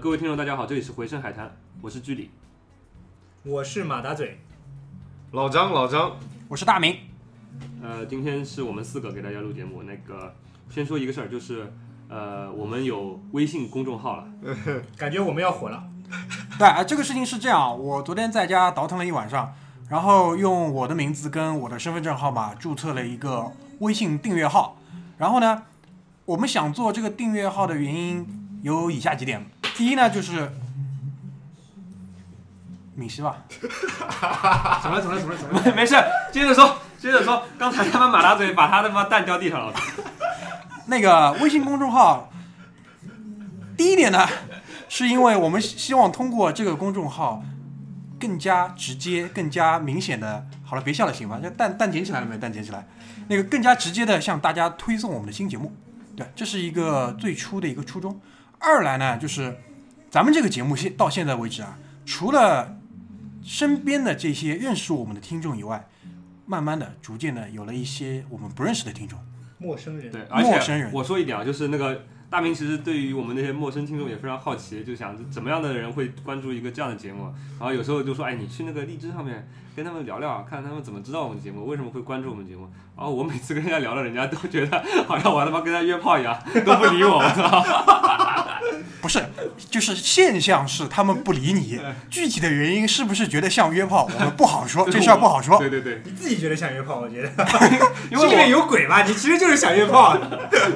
呃听众大家好，这里是回声海滩，我是居里。我是马大嘴，老张，老张，我是大明，呃，今天是我们四个给大家录节目。那个先说一个事儿，就是呃，我们有微信公众号了，感觉我们要火了。对啊，这个事情是这样，我昨天在家倒腾了一晚上，然后用我的名字跟我的身份证号码注册了一个微信订阅号。然后呢，我们想做这个订阅号的原因有以下几点：第一呢，就是闽西吧，怎么了？怎么了？怎么了？怎么了？没没事，接着说，接着说。刚才他妈马大嘴把他他妈蛋掉地上了，那个微信公众号，第一点呢，是因为我们希望通过这个公众号，更加直接、更加明显的，好了，别笑了，行吗？这蛋蛋捡起来了没有？蛋捡起来，那个更加直接的向大家推送我们的新节目，对，这是一个最初的一个初衷。二来呢，就是咱们这个节目现到现在为止啊，除了身边的这些认识我们的听众以外，慢慢的、逐渐的有了一些我们不认识的听众。陌生人，对，而且陌生人我说一点啊，就是那个大明其实对于我们那些陌生听众也非常好奇，就想怎么样的人会关注一个这样的节目，然后有时候就说，哎，你去那个荔枝上面跟他们聊聊啊，看他们怎么知道我们节目，为什么会关注我们节目。然后我每次跟人家聊了，人家都觉得好像我他妈跟他约炮一样，都不理我，我操！不是，就是现象是他们不理你，具体的原因是不是觉得像 约炮，我们不好说，这事儿不好说。哎对对对，你自己觉得想约炮？我觉得 因为这个我有鬼吧？你其实就是想约炮。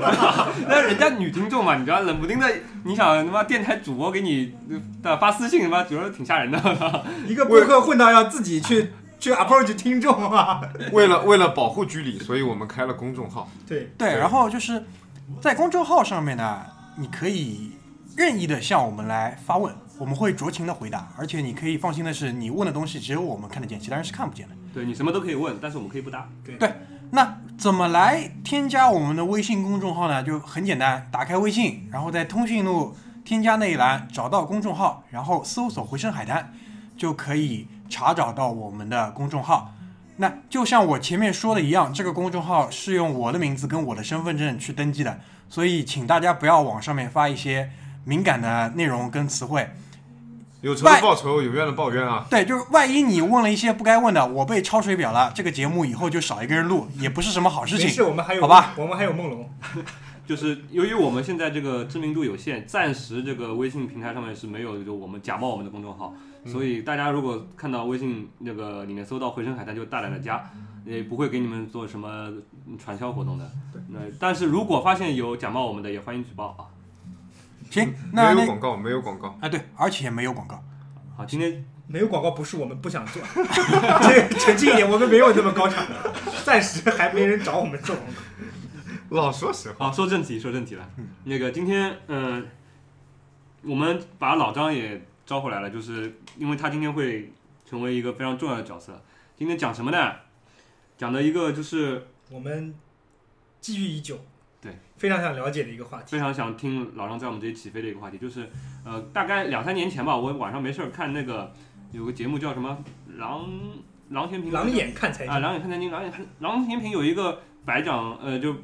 那人家女听众嘛，你知道冷不丁的，你想他妈电台主播给你呃发私信，他妈觉得挺吓人的。 一个播客混到要自己去去 approach 听众啊？为了为了保护居里，所以我们开了公众号。对，对，对然后就是在公众号上面呢，你可以任意的向我们来发问，我们会酌情的回答，而且你可以放心的是，你问的东西只有我们看得见，其他人是看不见的。对你什么都可以问，但是我们可以不答。那怎么来添加我们的微信公众号呢？就很简单，打开微信，然后在通讯录添加那一栏找到公众号，然后搜索“回声海滩”，就可以查找到我们的公众号。那就像我前面说的一样，这个公众号是用我的名字跟我的身份证去登记的，所以请大家不要往上面发一些敏感的内容跟词汇。有仇的拜报仇，有怨的报冤啊！对，就是万一你问了一些不该问的，我被抄水表了，这个节目以后就少一个人录，也不是什么好事没情。事，我们还有好吧，我们还有梦龙。就是由于我们现在这个知名度有限，暂时这个微信平台上面是没有就我们假冒我们的公众号，所以大家如果看到微信那个里面搜到“回声海滩”，就大胆的加，也不会给你们做什么传销活动的。那但是如果发现有假冒我们的，也欢迎举报啊！行，那嗯没有那广告，没有广告。啊，对，而且没有广告。好，今天没有广告不是我们不想做， 这个澄清一点，我们没有那么高产，暂时还没人找我们做广告。老说实话，好说正题，说正题了。那个今天嗯、我们把老张也招回来了，就是因为他今天会成为一个非常重要的角色。今天讲什么呢？讲的一个就是我们觊觎已久，对，非常想了解的一个话题非。常想听老张在我们这里起飞的一个话题，就是呃，大概两三年前吧，我晚上没事儿看那个有个节目叫什么《郎郎咸平》狼眼看财啊，《经，郎眼看财经》，郎眼看郎咸平有一个百讲呃就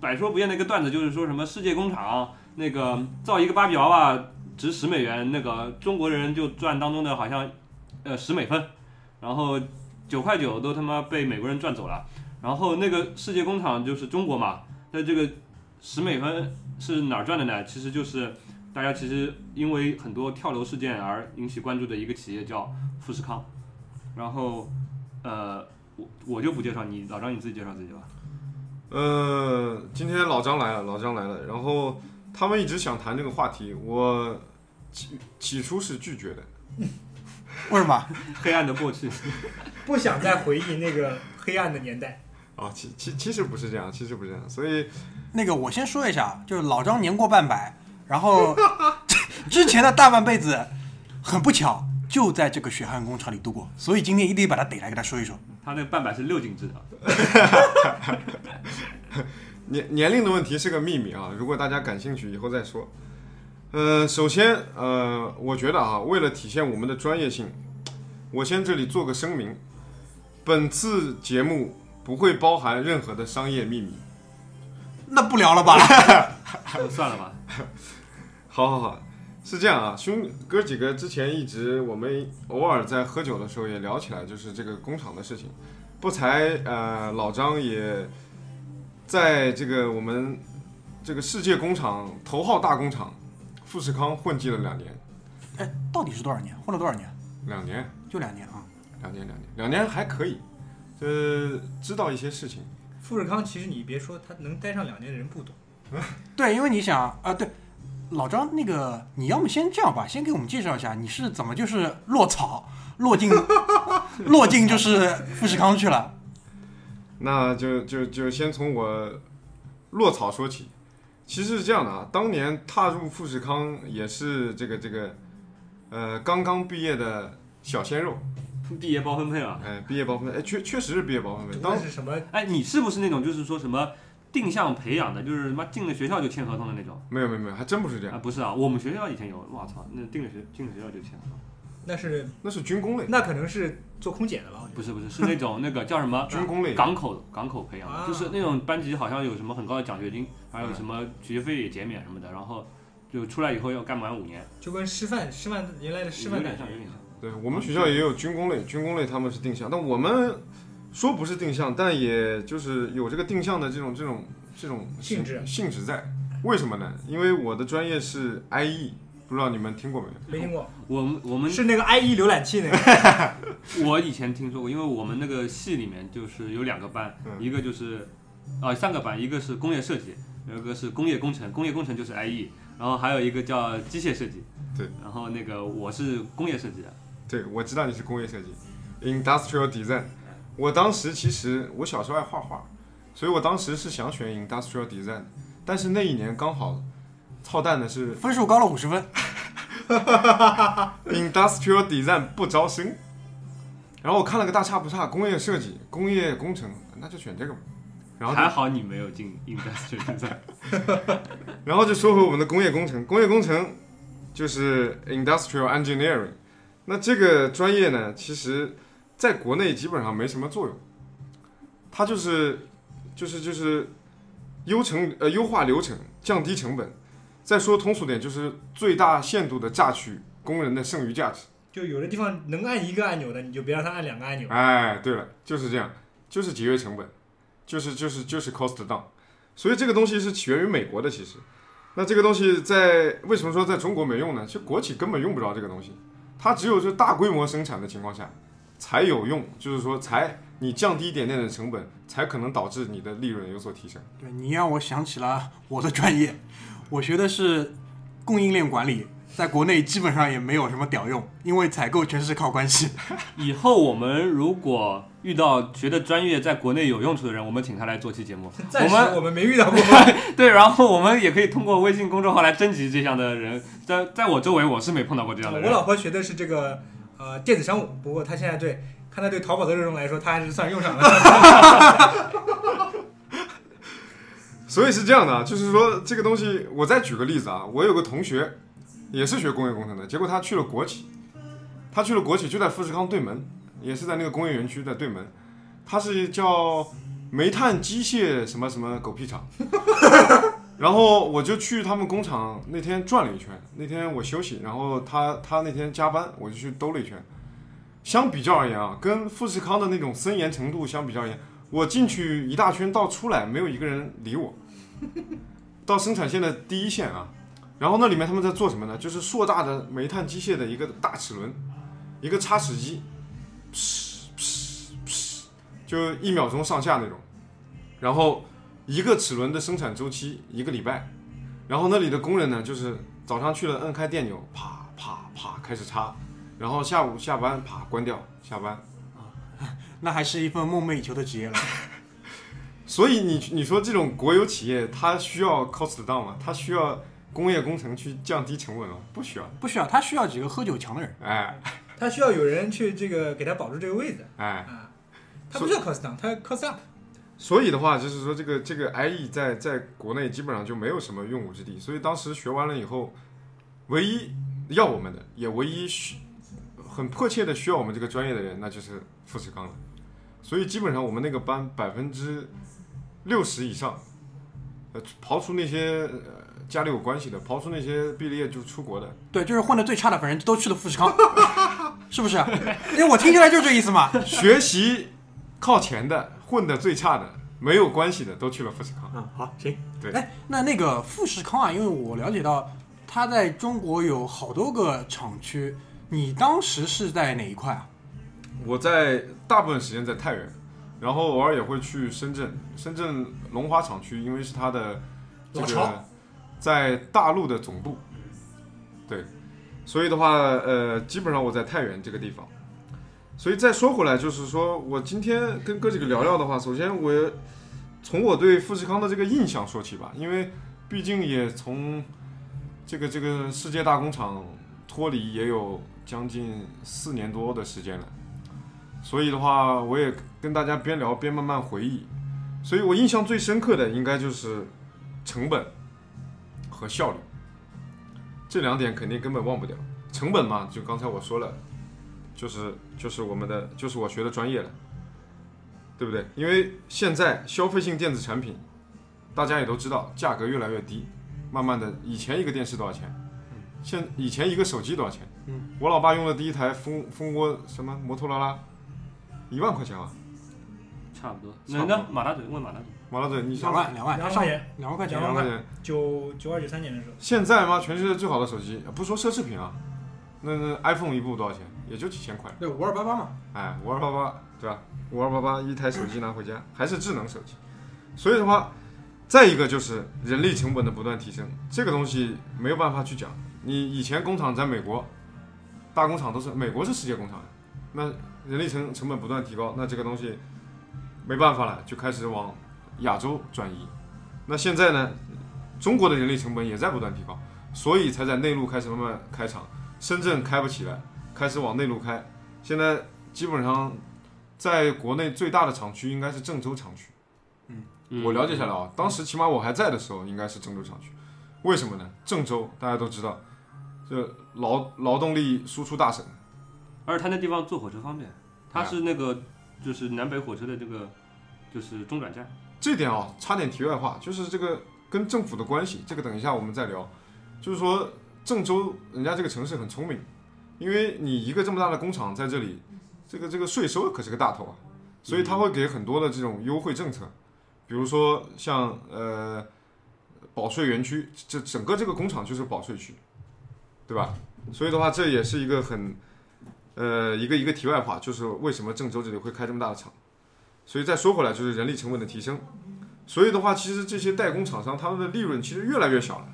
百说不厌的一个段子，就是说什么世界工厂那个造一个芭比娃娃值十美元，那个中国人就赚当中的好像呃十美分，然后九块九都他妈被美国人赚走了，然后那个世界工厂就是中国嘛，那这个十美分是哪儿赚的呢？其实就是大家其实因为很多跳楼事件而引起关注的一个企业叫富士康，然后呃，我我就不介绍你，老张你自己介绍自己吧。 呃，今天老张来了，老张来了。然后他们一直想谈这个话题，我起起初是拒绝的。为什么？黑暗的过去， 不想再回忆那个黑暗的年代。啊，其其其实不是这样，其实不是这样，所以那个我先说一下，就是老张年过半百，然后之前的大半辈子很不巧就在这个血汗工厂里度过，所以今天一定把他逮来给他说一说。他那半百是六进制的， 年年龄的问题是个秘密啊，如果大家感兴趣，以后再说。呃，首先，呃，我觉得啊，为了体现我们的专业性，我先这里做个声明，本次节目不会包含任何的商业秘密。那不聊了吧？ 算了吧。好好好，是这样啊，兄哥几个之前一直我们偶尔在喝酒的时候也聊起来，就是这个工厂的事情。不才呃老张也在这个我们这个世界工厂头号大工厂富士康混迹了两年，哎，到底是多少年？混了多少年？两年，就两年啊。两年，两年，两年还可以，呃，知道一些事情。富士康其实你别说，他能待上两年的人不多。对，因为你想啊，对，老张那个，你要么先这样吧，先给我们介绍一下，你是怎么就是落草 落进落进就是富士康去了？那就就就先从我落草说起。其实是这样的啊，当年踏入富士康也是这个这个，呃，刚刚毕业的小鲜肉，毕业包分配了。哎，毕业包分，哎，确确实是毕业包分配。当那是什么？哎，你是不是那种就是说什么定向培养的，就是什么进了学校就签合同的那种？没有没有没有，还真不是这啊，样，不是啊，我们学校以前有，我操，那定了学进了学校就签合同，那是那是军工类，那可能是做空姐的吧？我觉不是不是，是那种那个叫什 么军工类。港口港口培养的，啊就是那种班级好像有什么很高的奖学金，还有什么学费也减免什么的，然后就出来以后要干满五年，得就跟师范师范原来的师有范点大像有学点，像，对我们学校也有军工类，军工类他们是定向，但我们说不是定向，但也就是有这个定向的这种这种这种性质性质在。为什么呢？因为我的专业是 IE，不知道你们听过没有？没听过，我们我们是那个 IE 浏览器那个。我以前听说过，因为我们那个系里面就是有两个班，嗯一个就是啊、三个班，一个是工业设计，有一个是工业工程，工业工程就是 IE，然后还有一个叫机械设计。对，然后那个我是工业设计的，对，我知道你是工业设计，industrial design。我当时其实我小时候爱画画，所以我当时是想选 industrial design，但是那一年刚好操蛋的 是分数高了五十分， industrial design 不招生，然后我看了个大差不差，工业设计、工业工程，那就选这个吧。然后就还好你没有进 industrial design。然后就说回我们的工业工程，工业工程就是 industrial engineering。那这个专业呢，其实在国内基本上没什么作用，它就是就是就是优程呃优化流程，降低成本。再说通俗点，就是最大限度的榨取工人的剩余价值。就有的地方能按一个按钮的，你就别让他按两个按钮。 哎，对了，就是这样，就是节约成本，就是就是就是 cost down。所以这个东西是起源于美国的，其实。那这个东西在为什么说在中国没用呢？其实国企根本用不着这个东西，它只有就大规模生产的情况下才有用，就是说才你降低一点点的成本，才可能导致你的利润有所提升。对你让我想起了我的专业，我学的是供应链管理，在国内基本上也没有什么屌用，因为采购全是靠关系。以后我们如果遇到学的专业在国内有用处的人，我们请他来做期节 目。我暂时们我们没遇到过，对，然后我们也可以通过微信公众号来征集这样的人。在在我周围，我是没碰到过这样的我人。老婆学的是这个呃电子商务，不过她现在对看她对淘宝的热衷来说，她还是算用上了。 所以是这样的啊，就是说这个东西，我再举个例子啊，我有个同学也是学工业工程的，结果他去了国企，他去了国企就在富士康对门，也是在那个工业园区的对门，他是叫煤炭机械什么什么狗屁厂， 然后我就去他们工厂那天转了一圈，那天我休息，然后他他那天加班，我就去兜了一圈。相比较而言啊，跟富士康的那种森严程度相比较而言，我进去一大圈到出来，没有一个人理我。到生产线的第一线啊，然后那里面他们在做什么呢？就是硕大的煤炭机械的一个大齿轮，一个擦齿机，噗噗噗，就一秒钟上下那种。然后一个齿轮的生产周期一个礼拜，然后那里的工人呢，就是早上去了摁开电钮，啪啪啪开始插，然后下午下班啪关掉，下班那还是一份梦寐以求的职业了。所以你你说这种国有企业，它需要 cost down 吗？它需要工业工程去降低成本吗？不需要。不需要，他需要几个喝酒强的人。哎她需要有人去这个给她保住这个位置哎，啊，她不需要 cost down，她 cost up。所以的话就是说，这个这个 IE 在在国内基本上就没有什么用武之地。所以当时学完了以后，唯一要我们的，也唯一需很迫切的需要我们这个专业的人，那就是富士康了。所以基本上我们那个班百分之六十以上呃，刨除那些呃家里有关系的，刨除那些毕了业就出国的，对，就是混的最差的，反正都去了富士康， 是不是？因为我听下来就是这意思嘛。学习靠前的，混的最差的，没有关系的都去了富士康。啊嗯，好，行，哎，那那个富士康啊，因为我了解到它在中国有好多个厂区，你当时是在哪一块啊？我在大部分时间在太原，然后偶尔也会去深圳。深圳龙华厂区，因为是它的这老个巢在大陆的总部，对，所以的话，呃，基本上我在太原这个地方。所以再说回来，就是说我今天跟哥几个聊聊的话，首先我从我对富士康的这个印象说起吧，因为毕竟也从这个这个世界大工厂脱离也有将近四年多的时间了。所以的话，我也跟大家边聊边慢慢回忆。所以我印象最深刻的应该就是成本和效率这两点，肯定根本忘不掉。成本嘛，就刚才我说了，就是就是我们的就是我学的专业了，对不对？因为现在消费性电子产品，大家也都知道，价格越来越低，慢慢的，以前一个电视多少钱？现以前一个手机多少钱？嗯，我老爸用的第一台蜂蜂窝什么摩托罗拉，一万块钱啊！差不多。差那不多那马大嘴问马大嘴，马老嘴，你两想万，两万，两万块钱，两万块钱两，万块钱？九九二九三年的时候，现在嘛，全世界最好的手机，不说奢侈品啊，那那 iPhone 一部多少钱？也就几千块。对，五二八八嘛。哎，五二八八，对吧？五二八八一台手机拿回家，还是智能手机。所以的话，再一个就是人力成本的不断提升，这个东西没有办法去讲。你以前工厂在美国，大工厂都是美国是世界工厂呀，那人力成成本不断提高，那这个东西没办法了，就开始往亚洲转移。那现在呢，中国的人力成本也在不断提高，所以才在内陆开始慢慢开厂，深圳开不起来，开始往内陆开。现在基本上在国内最大的厂区应该是郑州厂区。嗯我了解下来啊，当时起码我还在的时候，应该是郑州厂区。为什么呢？郑州大家都知道，这劳劳动力输出大省，而且他那地方坐火车方便，啊他是那个就是南北火车的这个就是中转站。这点啊，差点题外话，就是这个跟政府的关系，这个等一下我们再聊。就是说，郑州人家这个城市很聪明，因为你一个这么大的工厂在这里，这个这个税收可是个大头啊，所以他会给很多的这种优惠政策，比如说像呃保税园区，这整个这个工厂就是保税区，对吧？所以的话，这也是一个很呃一个一个题外话，就是为什么郑州这里会开这么大的厂。所以再说回来，就是人力成本的提升。所以的话，其实这些代工厂商他们的利润其实越来越小了。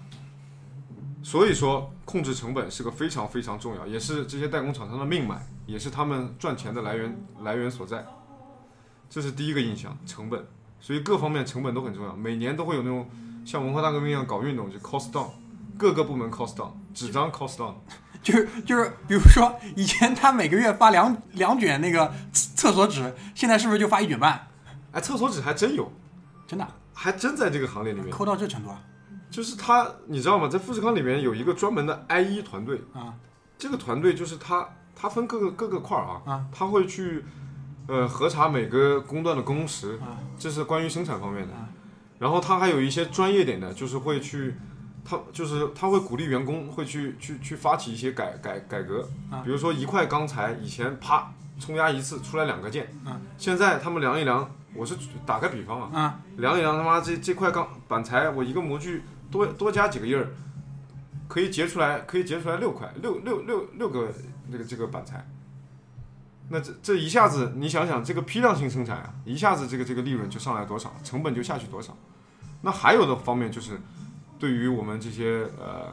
所以说，控制成本是个非常非常重要，也是这些代工厂商的命脉，也是他们赚钱的来源来源所在。这是第一个印象，成本。所以各方面成本都很重要，每年都会有那种像文化大革命一样搞运动，就 cost down，各个部门 cost down，纸张 cost down，就是就是，比如说以前他每个月发两两卷那个厕厕所纸，现在是不是就发一卷半？哎，厕所纸还真有，真的啊还真在这个行列里面。抠到这程度啊？就是他，你知道吗？在富士康里面有一个专门的 IE 团队啊，这个团队就是他，他分各个各个块儿啊，啊他会去呃核查每个工段的工时，啊这是关于生产方面的。啊然后他还有一些专业点的，就是会去，他就是他会鼓励员工会去去去发起一些改改改革，啊比如说一块钢材以前啪冲压一次出来两个件，啊现在他们量一量，我是打个比方啊，啊量一量，他妈这这块钢板材，我一个模具多多加几个印儿，可以结出来，可以结出来六块，六六六六个这个这个板材。那这这一下子，你想想这个批量性生产啊，一下子这个这个利润就上来多少，成本就下去多少。那还有的方面就是，对于我们这些呃，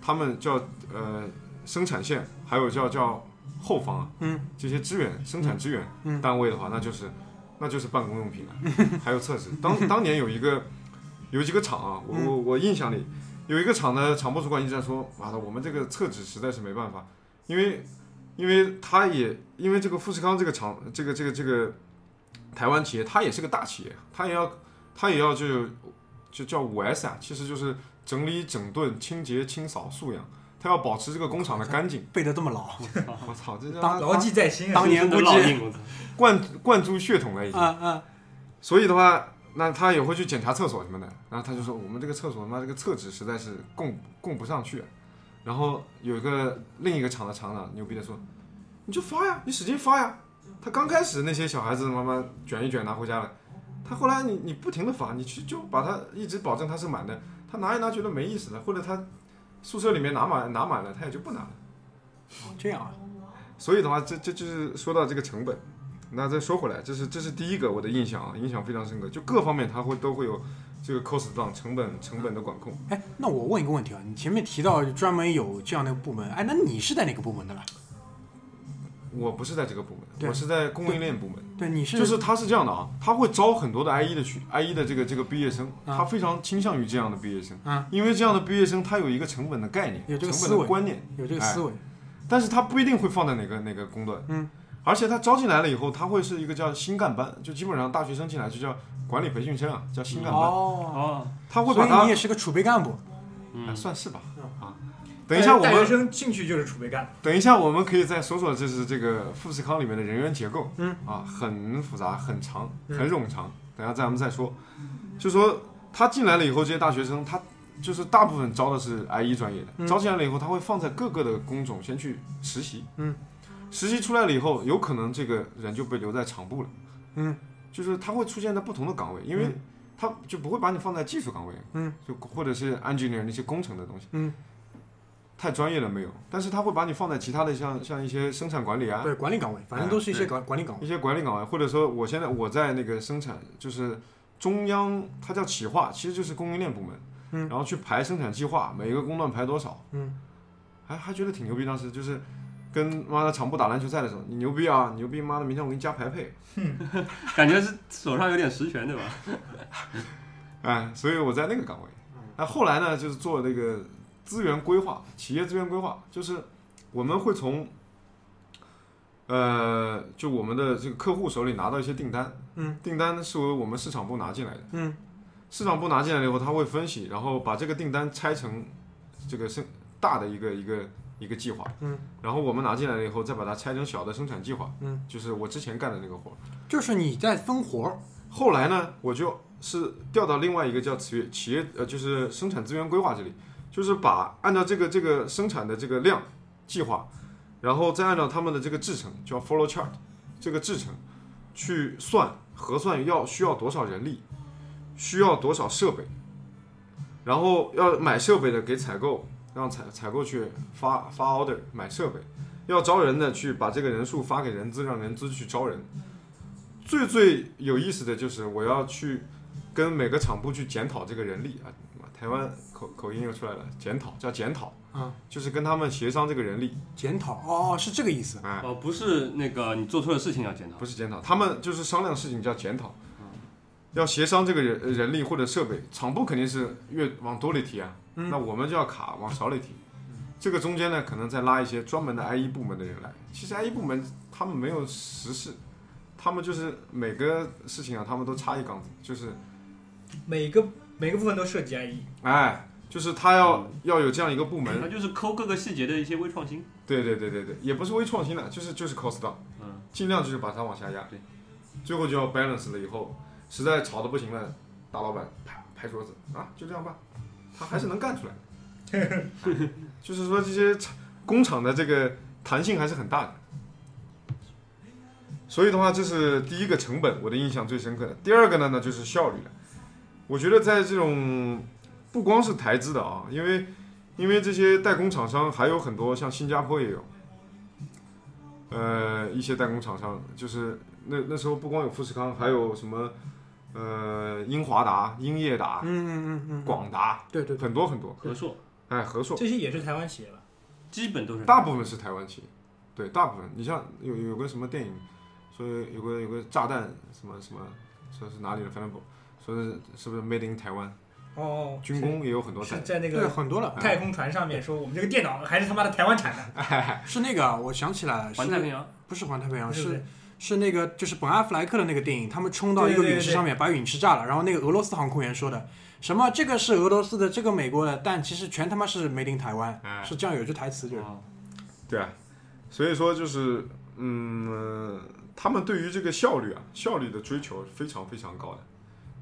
他们叫呃生产线，还有叫叫后方啊，嗯，这些支援生产支援、嗯单位的话，那就是那就是办公用品了，还有厕纸。当当年有一个有几个厂啊，我我我印象里有一个厂的厂部主管一直在说，妈的，我们这个厕纸实在是没办法，因为因为他也因为这个富士康这个厂这个这个这个台湾企业，它也是个大企业，它也要它也要就就叫五 S 啊，其实就是整理、整顿、清洁、清扫、素养，它要保持这个工厂的干 净。背得这么牢，我操，这叫当牢记在心 啊。当年真的估烙计印，我操！灌灌注血统了已经。啊啊所以的话，那他也会去检查厕所什么的，然后他就说我们这个厕所他妈这个厕纸实在是供供不上去，然后有一个另一个厂的厂长牛逼的说，你就发呀，你使劲发呀。他刚开始那些小孩子慢慢卷一卷拿回家了，他后来你你不停的发，你去就把它一直保证它是满的，他拿一拿觉得没意思了，或者他宿舍里面拿满拿满了，他也就不拿了。这样啊，所以的话，这这就是说到这个成本。那再说回来，这是这是第一个我的印象啊，印象非常深刻，就各方面它会都会有这个 cost down 成本成本的管控。哎，那我问一个问题啊，你前面提到专门有这样的部门，哎，那你是在哪个部门的啦？我不是在这个部门，对我是在供应链部门。对，你是就是它是这样的啊，它会招很多的 IE 的学 IE 的这个这个毕业生，啊他非常倾向于这样的毕业生啊，因为这样的毕业生他有一个成本的概念，有这成个思本维的观念，有这个思维，但是他不一定会放在哪个哪个工段，嗯，而且他招进来了以后，他会是一个叫新干班，就基本上大学生进来就叫管理培训生啊，叫新干班，哦，哦，他会所把以它你也是个储备干部，哎嗯，算是吧啊。等等一下，我大学们呃生进去就是储备干，等一下，我们可以再说说，就是这个富士康里面的人员结构，嗯啊，很复杂，很长，嗯很冗长。等一下咱们再说，就说他进来了以后，这些大学生他就是大部分招的是 IE 专业的，嗯招进来了以后，他会放在各个的工种先去实习，嗯，实习出来了以后，有可能这个人就被留在厂部了，嗯，就是他会出现在不同的岗位，因为嗯他就不会把你放在技术岗位，嗯，就或者是 engineer 那些工程的东西，嗯，太专业了没有，但是他会把你放在其他的像像一些生产管理啊，对，管理岗位，反正都是一些管管理岗位。一些管理岗啊位，或者说我现在我在那个生产，就是中央它叫企划，其实就是供应链部门，嗯然后去排生产计划，每一个工段排多少，嗯，还还觉得挺牛逼，当时就是。跟妈的厂部打篮球赛的时候，你牛逼啊，牛逼！妈的，明天我给你加排配，感觉是手上有点实权，对吧？哎，所以我在那个岗位。嗯那后来呢，就是做那个资源规划，企业资源规划，就是我们会从，呃，就我们的这个客户手里拿到一些订单，嗯，订单是由我们市场部拿进来的，嗯，市场部拿进来了以后，他会分析，然后把这个订单拆成这个生大的一个一个一个计划，嗯，然后我们拿进来了以后，再把它拆成小的生产计划，嗯，就是我之前干的那个活儿。就是你在分活儿，后来呢，我就是调到另外一个叫企业企业呃，就是生产资源规划这里，就是把按照这个这个生产的这个量计划，然后再按照他们的这个制程叫 follow chart 这个制程去算核算要需要多少人力，需要多少设备，然后要买设备的给采购，让采采购去发发 order 买设备，要招人的去把这个人数发给人资，让人资去招人。最最有意思的就是我要去跟每个厂部去检讨这个人力啊，妈台湾口口音又出来了，检讨叫检讨，嗯，就是跟他们协商这个人力，检讨，哦，是这个意思。哎，哦，不是那个你做错了事情要检讨不，是检讨，他们就是商量事情叫检讨，要协商这个人呃人力或者设备，厂部肯定是越往多里提啊，那我们就要卡往少里提，这个中间呢可能再拉一些专门的 IE 部门的人来，其实 IE 部门他们没有实事。他们就是每个事情啊，他们都插一杠子，就是每个每个部分都涉及 E IE。哎，就是他要、要有这样一个部它门，就是抠各个细节的一些微创新。对对对对对，也不是微创新的，就是就是 cost down，嗯，尽量就是把它往下压，对，最后就要 balance 了以后，实在吵得不行了，大老板拍拍桌子啊，就这样吧，他还是能干出来的 哎就是说这些厂工厂的这个弹性还是很大的。所以的话，这是第一个成本，我的印象最深刻的。第二个呢，那就是效率了。我觉得在这种不光是台资的啊，因为因为这些代工厂商还有很多，像新加坡也有，呃，一些代工厂商就是那那时候不光有富士康，还有什么呃英华达、英业达、嗯嗯嗯嗯，广达，对对对，很多很多。和硕哎，和硕这些也是台湾企业吧？基本都是大部分是台湾企业，对，大部分。你像有有个什么电影，说有个有个炸弹什么什么，说是哪里的，反正不，说是是不是 Made in 台湾，哦哦，军工也有很多是弹，在那对，个很多了。太空船上面说我们这个电脑还是他妈的台湾产的，是那个，我想起来了，是环太平洋。不是环太平洋，对不对是是那个就是本阿弗莱克的那个电影，他们冲到一个对对对陨石对上面把陨石炸了，然后那个俄罗斯航空员说的什么这个是俄罗斯的，这个美国的，但其实全他妈是 made in 台湾，哎是这样有一句台词就是。哦对啊，所以说就是嗯、呃他们对于这个效率啊，效率的追求非常非常高的。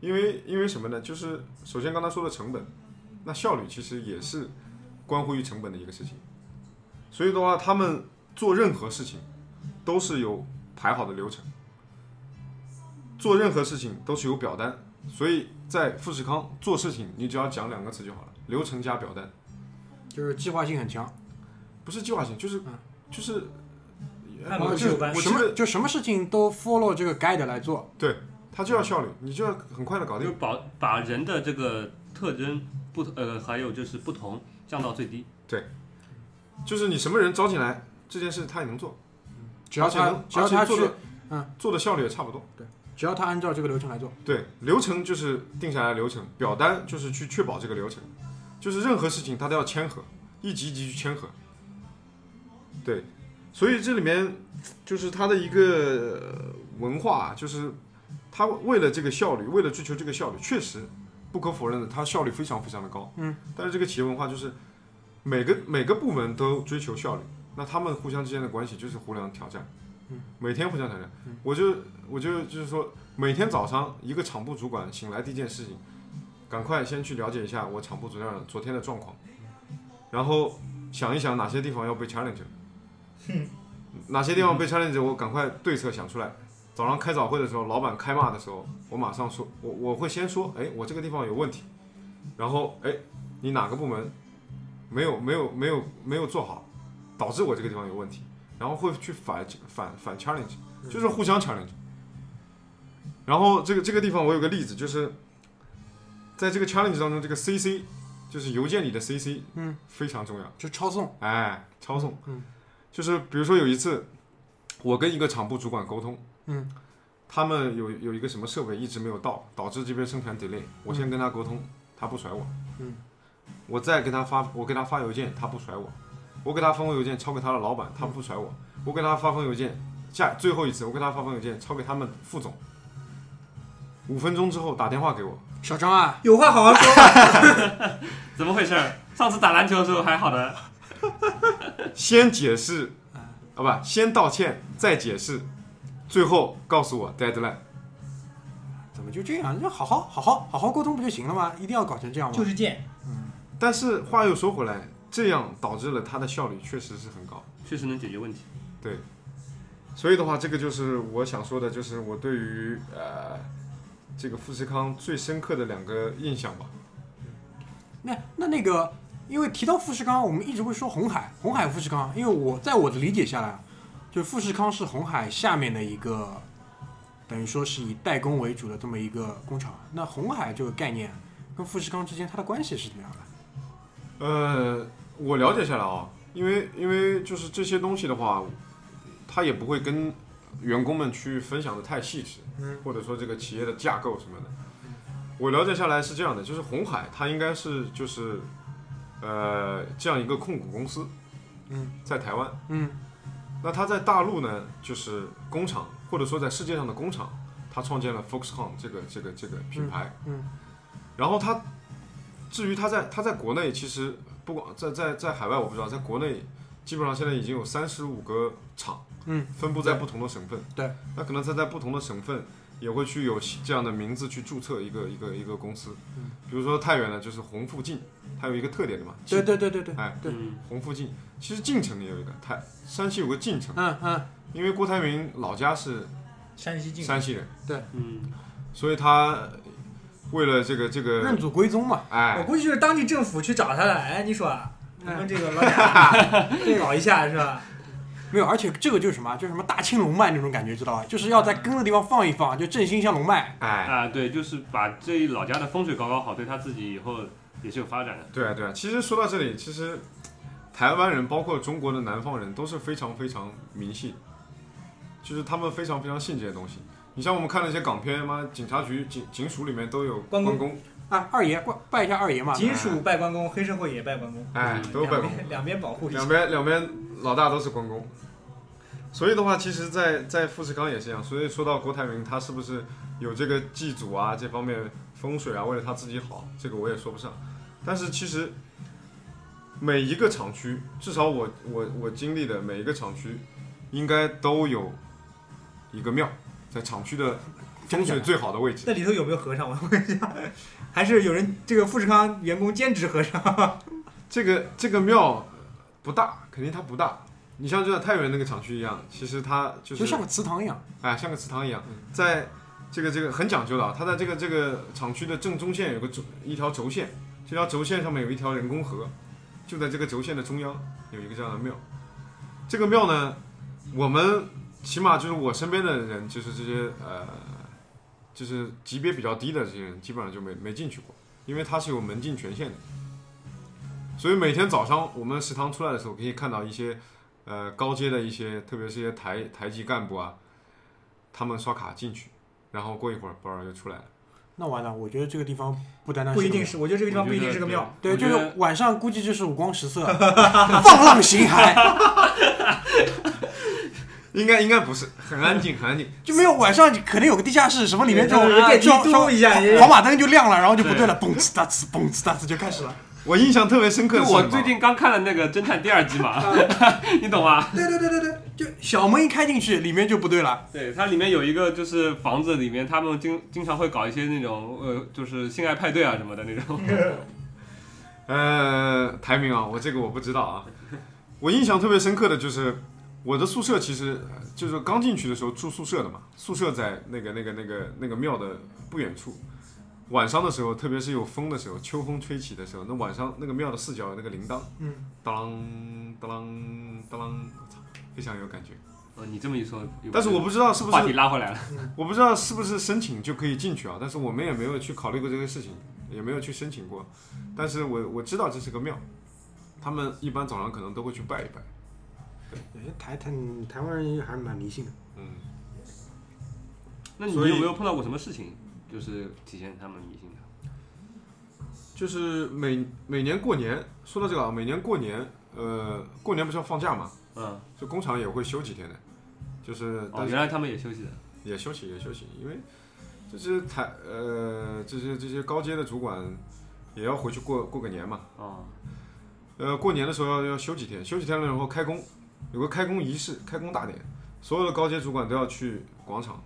因为因为什么呢？就是首先刚才说的成本，那效率其实也是关乎于成本的一个事情。所以的话，他们做任何事情都是有排好的流程，做任何事情都是有表单。所以在富士康做事情，你只要讲两个词就好了：流程加表单。就是计划性很强，不是计划性，就是嗯就是按我部就就班呃我，什记么得就什么事情都 follow 这个 guide 来做，它就要效率，你就要很快的搞就嗯定。把把人的这个特征不呃，还有就是不同降到最低。就是你什么人招进来，这件事他也能做，只要而且他能只要而且他做去的，嗯做的效率也差不多。只要他按照这个流程来做，对，流程就是定下来的流程，表单就是去确保这个流程，就是任何事情它都要签合，一级一级去签合。对，所以这里面就是它的一个呃文化啊，就是它为了这个效率，为了追求这个效率，确实不可否认的，它效率非常非常的高。嗯，但是这个企业文化就是每个每个部门都追求效率，那他们互相之间的关系就是互相挑战，嗯，每天互相挑战。嗯我就我就就是说。每天早上，一个厂部主管醒来第一件事情，赶快先去了解一下我厂部昨天昨天的状况，然后想一想哪些地方要被 challenge，哪些地方被 challenge，我赶快对策想出来。早上开早会的时候，老板开骂的时候，我马上说，我我会先说，哎，我这个地方有问题，然后哎，你哪个部门没有没有没有没有做好，导致我这个地方有问题，然后会去反反反 challenge，就是互相 challenge。然后这个这个地方我有个例子，就是在这个 challenge 当中，这个 CC 就是邮件里的 CC，嗯，非常重要。就抄送，哎，抄送，嗯，就是比如说有一次，我跟一个厂部主管沟通，嗯，他们有有一个什么设备一直没有到，导致这边生产 delay，我先跟他沟通，他不甩我，嗯，我再给他发，我给他发邮件，他不甩我，我给他发封邮件抄给他的老板，他不甩我，嗯我给他发封邮件，下最后一次我给他发封邮件抄给他们副总，五分钟之后打电话给我，小张啊，有话好好说吧。怎么回事？上次打篮球的时候还好的，先解释，啊不，先道歉，再解释，最后告诉我 deadline。怎么就这样？就好好好好好好沟通不就行了吗？一定要搞成这样吗？就是贱，但是话又说回来，这样导致了它的效率确实是很高。确实能解决问题。所以的话，这个就是我想说的，就是我对于呃这个富士康最深刻的两个印象吧。那那那个，因为提到富士康，我们一直会说红海，红海富士康。因为我在我的理解下来啊，就是富士康是红海下面的一个，等于说是以代工为主的这么一个工厂。那红海这个概念跟富士康之间它的关系是怎么样的？呃，我了解下来啊，因为因为就是这些东西的话，他也不会跟员工们去分享的太细致，嗯或者说这个企业的架构什么的。我了解下来是这样的，就是红海它应该是就是呃这样一个控股公司，嗯，在台湾，嗯，那它在大陆呢，就是工厂或者说在世界上的工厂，它创建了 Foxconn 这个这个这个品牌，嗯然后它至于它在它在国内其实不管在在在海外我不知道，在国内基本上现在已经有三十五个厂，嗯，分布在对不同的省份，对，那可能它在不同的省份也会去有这样的名字去注册一个一个一个公司，嗯，比如说太原呢就是红富近，它有一个特点的嘛，对对对对对，哎对嗯，红富近，其实晋城也有一个，太山西有个晋城，呃嗯嗯，因为郭台铭老家是山西晋，山西人，嗯，所以他为了这个这认个，嗯祖归宗嘛。我哎，估计就是当地政府去找他了。哎，你说啊，我嗯哎们这个老贾 搞一下是吧？没有，而且这个就是什么，就是什么大清龙脉那种感觉，知道吧？就是要在根的地方放一放，就振兴一下龙脉。哎，啊，对，就是把这老家的风水搞搞好，对他自己以后也是有发展的。对啊对啊。其实说到这里，其实台湾人包括中国的南方人都是非常非常迷信，就是他们非常非常信这些东西。你像我们看那些港片，妈警察局警警署里面都有关公公，啊，二爷，拜拜一下二爷嘛。警署拜关公，黑社会也拜关公，哎，都有嗯两关公。边两边保护一下两。边两边老大都是关公，所以的话，其实在，在富士康也是这样。所以说到郭台铭，他是不是有这个祭祖啊这方面风水啊，为了他自己好，这个我也说不上。但是其实每一个厂区，至少我我我经历的每一个厂区，应该都有一个庙，在厂区的风水最好的位置。那里头有没有和尚？我 问一下，还是有人这个富士康员工兼职和尚？这个这个庙不大，肯定它不大。你像就像太原那个厂区一样，其实它就是就像个祠堂一样。哎，像个祠堂一样，在这个这个很讲究的啊，它在这个这个厂区的正中线有个轴一条轴线，这条轴线上面有一条人工河，就在这个轴线的中央有一个这样的庙。这个庙呢，我们起码就是我身边的人，就是这些呃，就是级别比较低的这些人，基本上就没没进去过，因为它是有门禁权限的。所以每天早上我们食堂出来的时候，可以看到一些呃高阶的一些，特别是一些台台级干部啊，他们刷卡进去，然后过一会儿包儿就出来了。那完了，我觉得这个地方不单单不一定个是，我觉得这个地方不一定是个庙。对，我就觉是得晚上估计就是五光十色， 放浪形骸，应该应该不是，很安静，很安静。就没有晚上可能有个地下室，什么里面这对对种对电装梯装嘟一下跑跑马灯就亮了，然后就不对了，嘣呲哒呲，嘣呲哒呲就开始了。我印象特别深刻就是 我什么最近刚看了那个侦探第二季嘛，嗯 你懂吗？对对对对对，就小门一开进去，里面就不对了。对，它里面有一个就是房子里面，他们经经常会搞一些那种呃，就是性爱派对啊什么的那 种。呃台名啊，我这个我不知道啊。我印象特别深刻的就是我的宿舍，其实呃就是刚进去的时候住宿舍的嘛，宿舍在那个那个那个那个庙的不远处。晚上的时候，特别是有风的时候，秋风吹起的时候，那晚上那个庙的视角有那个铃铛，嗯，当啷当啷当啷，我操，非常有感觉。呃，你这么一说，有但是我不知道是不话是题拉回来了。我不知道是不是申请就可以进去啊，但是我们也没有去考虑过这个事情，也没有去申请过。但是我我知道这是个庙，他们一般早上可能都会去拜一拜。哎台台台湾人还是蛮迷信的，嗯，那你所以有没有碰到过什么事情，就是体现他们迷信的？就是每每年过年，说到这个啊，每年过年，呃，过年不是要放假嘛，嗯，就工厂也会休几天的，就是哦，但是原来他们也休息的。也休息也休息，因为这些台呃这些这些高阶的主管也要回去过过个年嘛，哦，呃，过年的时候要要休几天，休几天了以后开工，有个开工仪式，开工大典，所有的高阶主管都要去广场，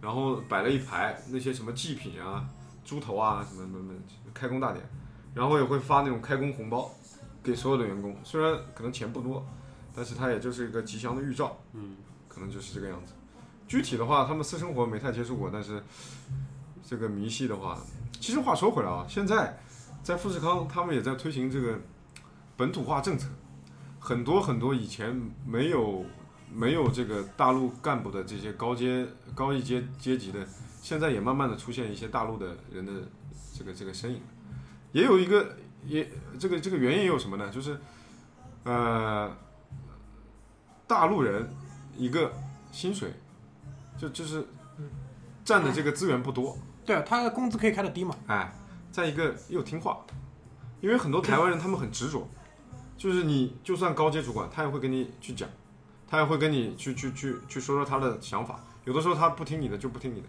然后摆了一排那些什么祭品啊、猪头啊什么什么什么，开工大典，然后也会发那种开工红包给所有的员工，虽然可能钱不多，但是它也就是一个吉祥的预兆，嗯，可能就是这个样子。具体的话，他们私生活没太接触过，但是这个迷信的话，其实话说回来啊，现在在富士康他们也在推行这个本土化政策，很多很多以前没有没有这个大陆干部的这些高阶高一阶阶级的，现在也慢慢的出现一些大陆的人的这个这个身影，也有一个也这个这个原因有什么呢？就是呃大陆人一个薪水就就是占的这个资源不多，对啊，他的工资可以开的低嘛，哎，再一个又听话，因为很多台湾人他们很执着，就是你就算高阶主管，他也会跟你去讲，他也会跟你去去去去说说他的想法，有的时候他不听你的就不听你的，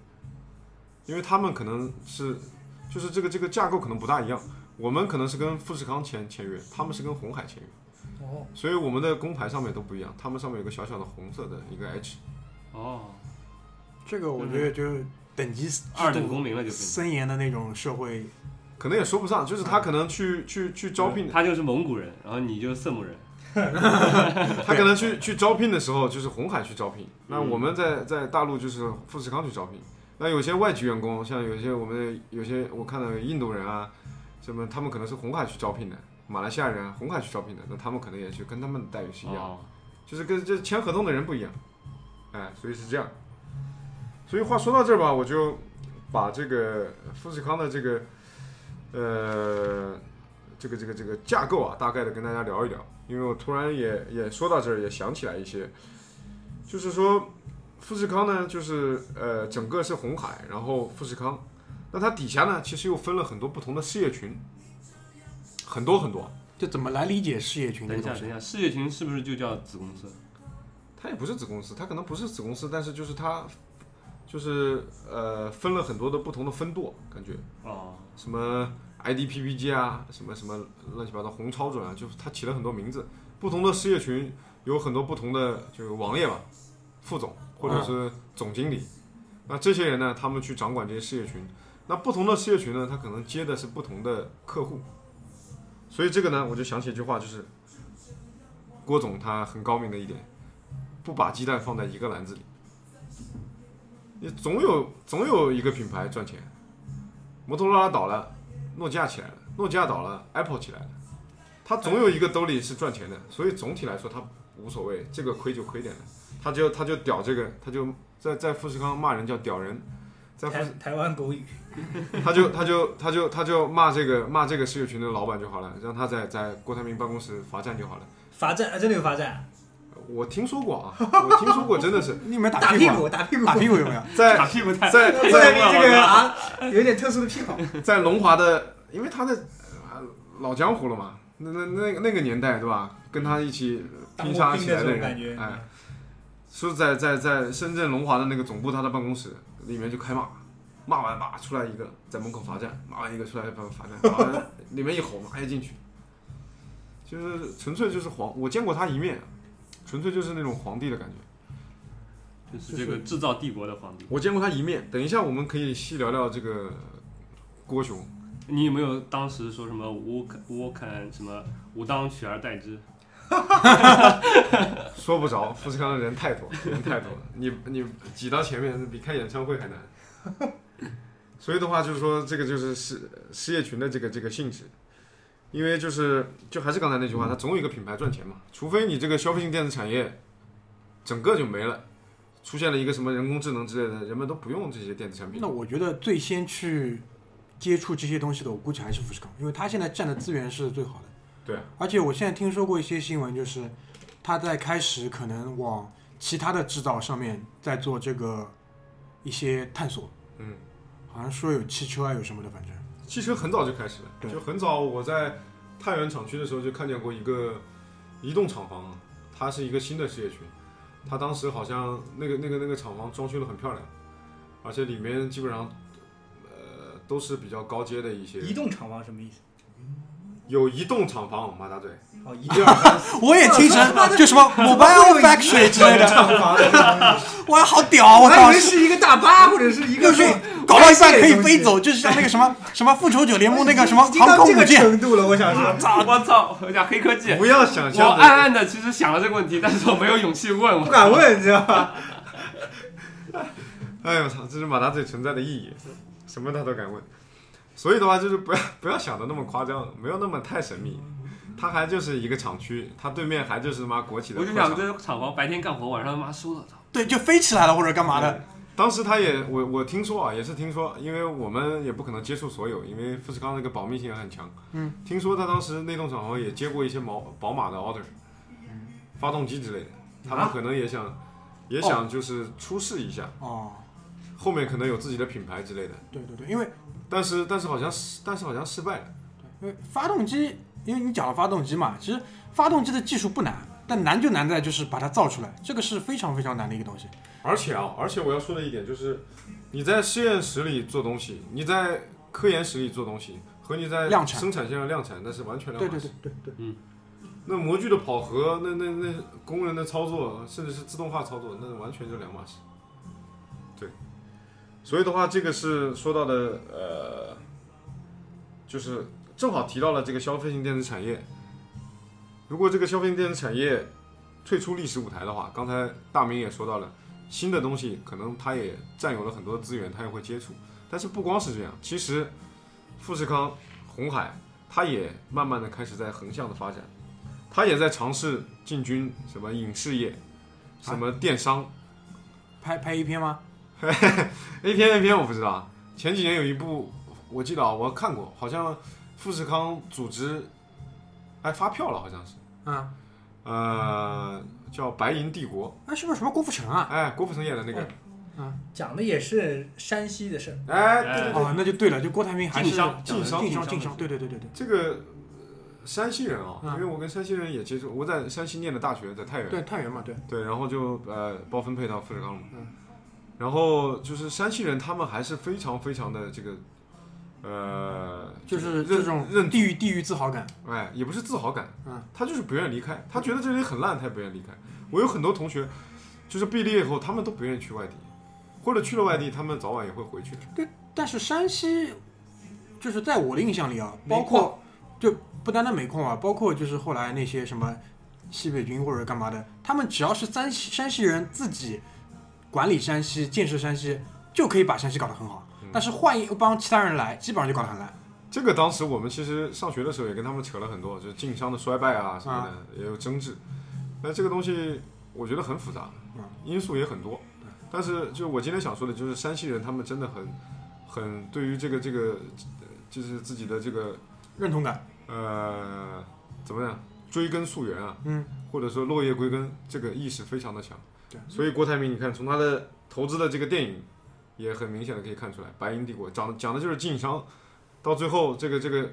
因为他们可能是就是这个这个架构可能不大一样，我们可能是跟富士康签签约，他们是跟红海签约，哦，所以我们的工牌上面都不一样，他们上面有个小小的红色的一个 H，哦，这个我觉得就是等级二等公民了就变成。森严的那种社会，可能也说不上，就是他可能去去去招聘嗯他就是蒙古人，然后你就是色目人。他可能去去招聘的时候，就是红海去招聘，那我们在在大陆就是富士康去招聘。那有些外籍员工，像有些我们有些我看到有印度人啊，什么他们可能是红海去招聘的，马来西亚人啊红海去招聘的，那他们可能也是跟他们的待遇是一样的，哦，就是跟这签合同的人不一样，哎，所以是这样。所以话说到这儿吧，我就把这个富士康的这个呃这个这个这个架构啊，大概的跟大家聊一聊，因为我突然也也说到这儿，也想起来一些，就是说富士康呢，就是呃整个是红海，然后富士康，那它底下呢其实又分了很多不同的事业群，很多很多，就怎么来理解事业群这等个一下，等东西一？下，事业群是不是就叫子公司？它也不是子公司，它可能不是子公司，但是就是它就是呃分了很多的不同的分舵，感觉哦，什么 IDPPG 啊，什么什么乱七八糟红超准啊，就是它起了很多名字，不同的事业群有很多不同的就是王爷吧，副总或者是总经理，那这些人呢，他们去掌管这些事业群。那不同的事业群呢，他可能接的是不同的客户。所以这个呢，我就想起一句话，就是郭总他很高明的一点，不把鸡蛋放在一个篮子里。你总有总有一个品牌赚钱，摩托罗拉倒了，诺基亚起来了，诺基亚倒了，Apple 起来了，他总有一个兜里是赚钱的，所以总体来说他无所谓，这个亏就亏点了，他就他就屌这个，他就在在富士康骂人叫屌人，在富台士台湾狗语， 他就他就他就他就骂这个骂这个事业群的老板就好了，让他在在郭台铭办公室罚站就好了。罚站啊，真的有罚站，我听说过啊，我听说过，真的是你有没有打屁屁股股，打屁股，啊？打屁股有没有？ 打在屁股蛋，在 这在个这个啊，有点特殊的癖 好。在龙华的，因为他的呃老江湖了嘛，那那那个那个年代对吧？跟他一起拼杀起当过兵的来这种人，感觉哎，说在在在深圳龙华的那个总部，他的办公室里面就开骂，骂完吧出来一个在门口罚站，骂完一个出来罚站，罚 完里面一吼马上进去，就是纯粹就是皇，我见过他一面，纯粹就是那种皇帝的感觉。就是这个制造帝国的皇帝。我见过他一面，等一下我们可以细聊聊这个郭雄。你有没有当时说什么无可无肯什么吾当取而代之？说不着，富士康的人太多，人太多了，你你挤到前面比看演唱会还难。 所以的话，就是说这个就是事事业群的这个这个性质，因为就是就还是刚才那句话，它总有一个品牌赚钱嘛，除非你这个消费性电子产业整个就没了，出现了一个什么人工智能之类的，人们都不用这些电子产品那。我觉得最先去接触这些东西的，我估计还是富士康，因为他现在占的资源是最好的。对啊，而且我现在听说过一些新闻，就是他在开始可能往其他的制造上面在做这个一些探索，嗯，好像说有汽车啊，有什么的，反正汽车很早就开始了，对就很早我在太原厂区的时候就看见过一个移动厂房，它是一个新的事业群，它当时好像那个那个那个厂房装修的很漂亮，而且里面基本上呃都是比较高阶的一些，移动厂房什么意思？有移动厂房，马大嘴，哦，移一 二三四，我也 听成就什么 mobile factory 之类动的，厂房， 哇，好屌啊！ 我我还当以为时是一个大巴或者是一就个是被搞到一半可以飞走，就是像那个什么什么复仇者联盟 那个什么已经到航空这母个舰，程度了，我想说。操！我操！我讲黑科技。不要想我啊象暗的，暗的其实想了这个问题，但是我没有勇气问。 不我敢问，你知道吧？哎呦我操，这是马大嘴存在的意义，什么他都敢问，所以的话就是不要不要想的那么夸张，没有那么太神秘。嗯它还就是一个厂区，它对面还就是他妈国企的我就破厂想这厂房白天干活，晚上他妈收了。操对，就飞起来了或者干嘛的，当时他也，我我听说啊，也是听说，因为我们也不可能接触所有，因为富士康这个保密性也很强。嗯，听说他当时那栋厂房也接过一些毛宝马的 order，发嗯动机之类的，他们啊可能也想，也想就是出试一下，哦，后面可能有自己的品牌之类的。对对对，因为。但是但是好像是，但是好像失败了。因为发动机，因为你讲了发动机嘛，其实发动机的技术不难，但难就难在就是把它造出来，这个是非常非常难的一个东西。而且啊，而且我要说的一点就是，你在实验室里做东西，你在科研室里做东西，和你在量产生产线上量产，那是完全两码对事对对对对，那模具的跑合，那那那工人的操作，甚至是自动化操作，那完全就两码事。对，所以的话，这个是说到的，呃，就是正好提到了这个消费性电子产业。如果这个消费性电子产业退出历史舞台的话，刚才大明也说到了，新的东西可能它也占有了很多资源，它也会接触。但是不光是这样，其实富士康、红海，它也慢慢的开始在横向的发展。他也在尝试进军什么影视业，啊什么电商、拍拍一篇吗？ A 片 A 片我不知道啊。前几年有一部，我记得啊，我看过，好像富士康组织还发票了，好像是，啊，呃，叫《白银帝国哎，是不是什么郭富城》。啊？哎，郭富城演的那个，讲的也是山西的事儿， 哎，对对对，哦，那就对了，就郭台铭还是晋商晋商晋商晋晋商，商对对对对对这个呃山西人啊，嗯因为我跟山西人也接触，我在山西念的大学，在太原。对，太原嘛，对，对，然后就呃包分配到富士康了嘛。嗯然后就是山西人，他们还是非常非常的这个，呃，就是认这种认，地域地域自豪感，哎，也不是自豪感，嗯他就是不愿意离开，他觉得这里很烂，他也不愿意离开。我有很多同学，就是毕业以后，他们都不愿意去外地，或者去了外地，他们早晚也会回去的。对，但是山西，就是在我的印象里啊，煤包矿括就不单单煤矿啊，包括就是后来那些什么西北军或者干嘛的，他们只要是山西山西人自己管理山西、建设山西，就可以把山西搞得很好。嗯但是换一帮其他人来，基本上就搞得很烂。这个当时我们其实上学的时候也跟他们扯了很多，就是晋商的衰败啊什么的，也有争执。那这个东西我觉得很复杂嗯，因素也很多。但是就我今天想说的，就是山西人他们真的很很对于这个这个，呃就是自己的这个认同感，呃怎么样追根溯源啊，嗯，或者说落叶归根，这个意识非常的强。对所以郭台铭，你看从他的投资的这个电影，也很明显的可以看出来，《白银帝国》讲的讲的就是晋商，到最后这个这个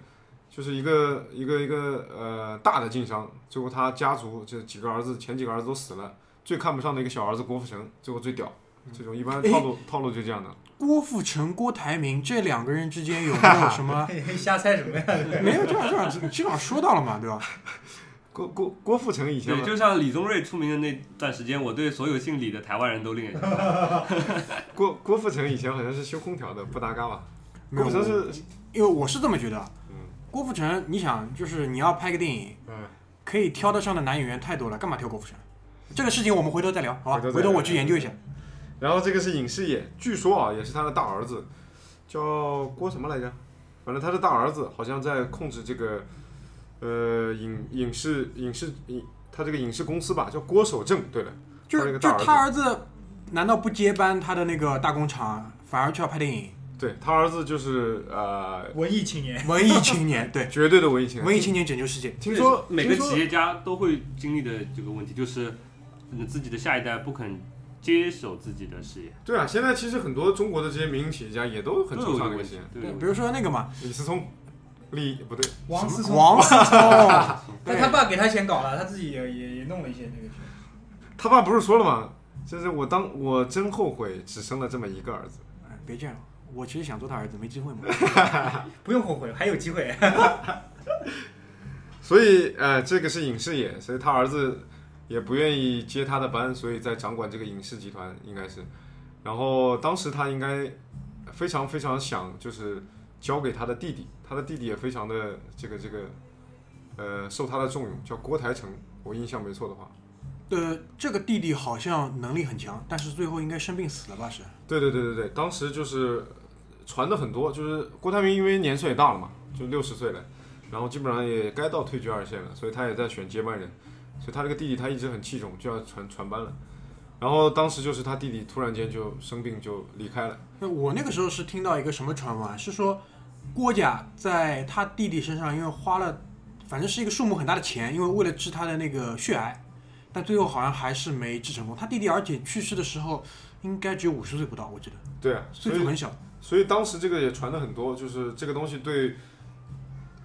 就是一个一个一个呃大的晋商，最后他家族这几个儿子前几个儿子都死了，最看不上的一个小儿子郭富城，最后最屌。嗯这种一哎般套路套路就这样的，郭富城、郭台铭这两个人之间有没有 什么？你瞎猜什么呀？没有，这样这样，这样说到了嘛，对吧？郭郭郭富城以前对，就像李宗瑞出名的那段时间，我对所有姓李的台湾人都另眼相看。郭郭富城以前好像是修空调的，布达嘎嘛。没郭有富，城是因为我是这么觉得啊。嗯郭富城，你想，就是你要拍个电影，嗯可以挑得上的男演员太多了，干嘛挑郭富城？这个事情我们回头再聊，好吧？回头再回聊头我去研究一下。然后这个是尹世野，据说啊，也是他的大儿子，叫郭什么来着？反正他的大儿子好像在控制这个，呃，影影视影视影，他这个影视公司吧，叫郭守正。对了，就他那是个就大是儿子他儿子，难道不接班他的那个大工厂，反而去要拍电影？对他儿子就是呃，文艺青年，文艺青年，对，绝对的文艺青文年。艺青年拯救世界。 听说每个听说企业家都会经历的这个问题，就是嗯自己的下一代不肯接手自己的事业，对啊，现在其实很多中国的这些民营企业家也都很都有这个崇尚这问个题些。。对对，，比如说那个嘛，李思聪，李不对，王思聪，王思聪，但他爸给他钱搞了，他自己也也也弄了一些那个钱。他爸不是说了吗？就是我当我真后悔只生了这么一个儿子。哎别这样，我其实想做他儿子，没机会嘛。不用后悔，还有机会。 所以呃，这个是影视业，所以他儿子也不愿意接他的班，所以在掌管这个影视集团应该是。然后当时他应该非常非常想就是交给他的弟弟，他的弟弟也非常的这个这个呃受他的重用，叫郭台成，我印象没错的话。呃，这个弟弟好像能力很强，但是最后应该生病死了吧？是？对对对对对，当时就是传的很多，就是郭台铭因为年岁也大了嘛，就六十岁了，然后基本上也该到退居二线了，所以他也在选接班人，所以他这个弟弟他一直很器重，就要传传班了。然后当时就是他弟弟突然间就生病就离开了，那我那个时候是听到一个什么传闻啊，是说郭甲在他弟弟身上，因为花了，反正是一个数目很大的钱，因为为了治他的那个血癌，但最后好像还是没治成功。他弟弟而且去世的时候应该只有五十岁不到，我记得对啊，所岁数以很小。所以当时这个也传的很多，就是这个东西对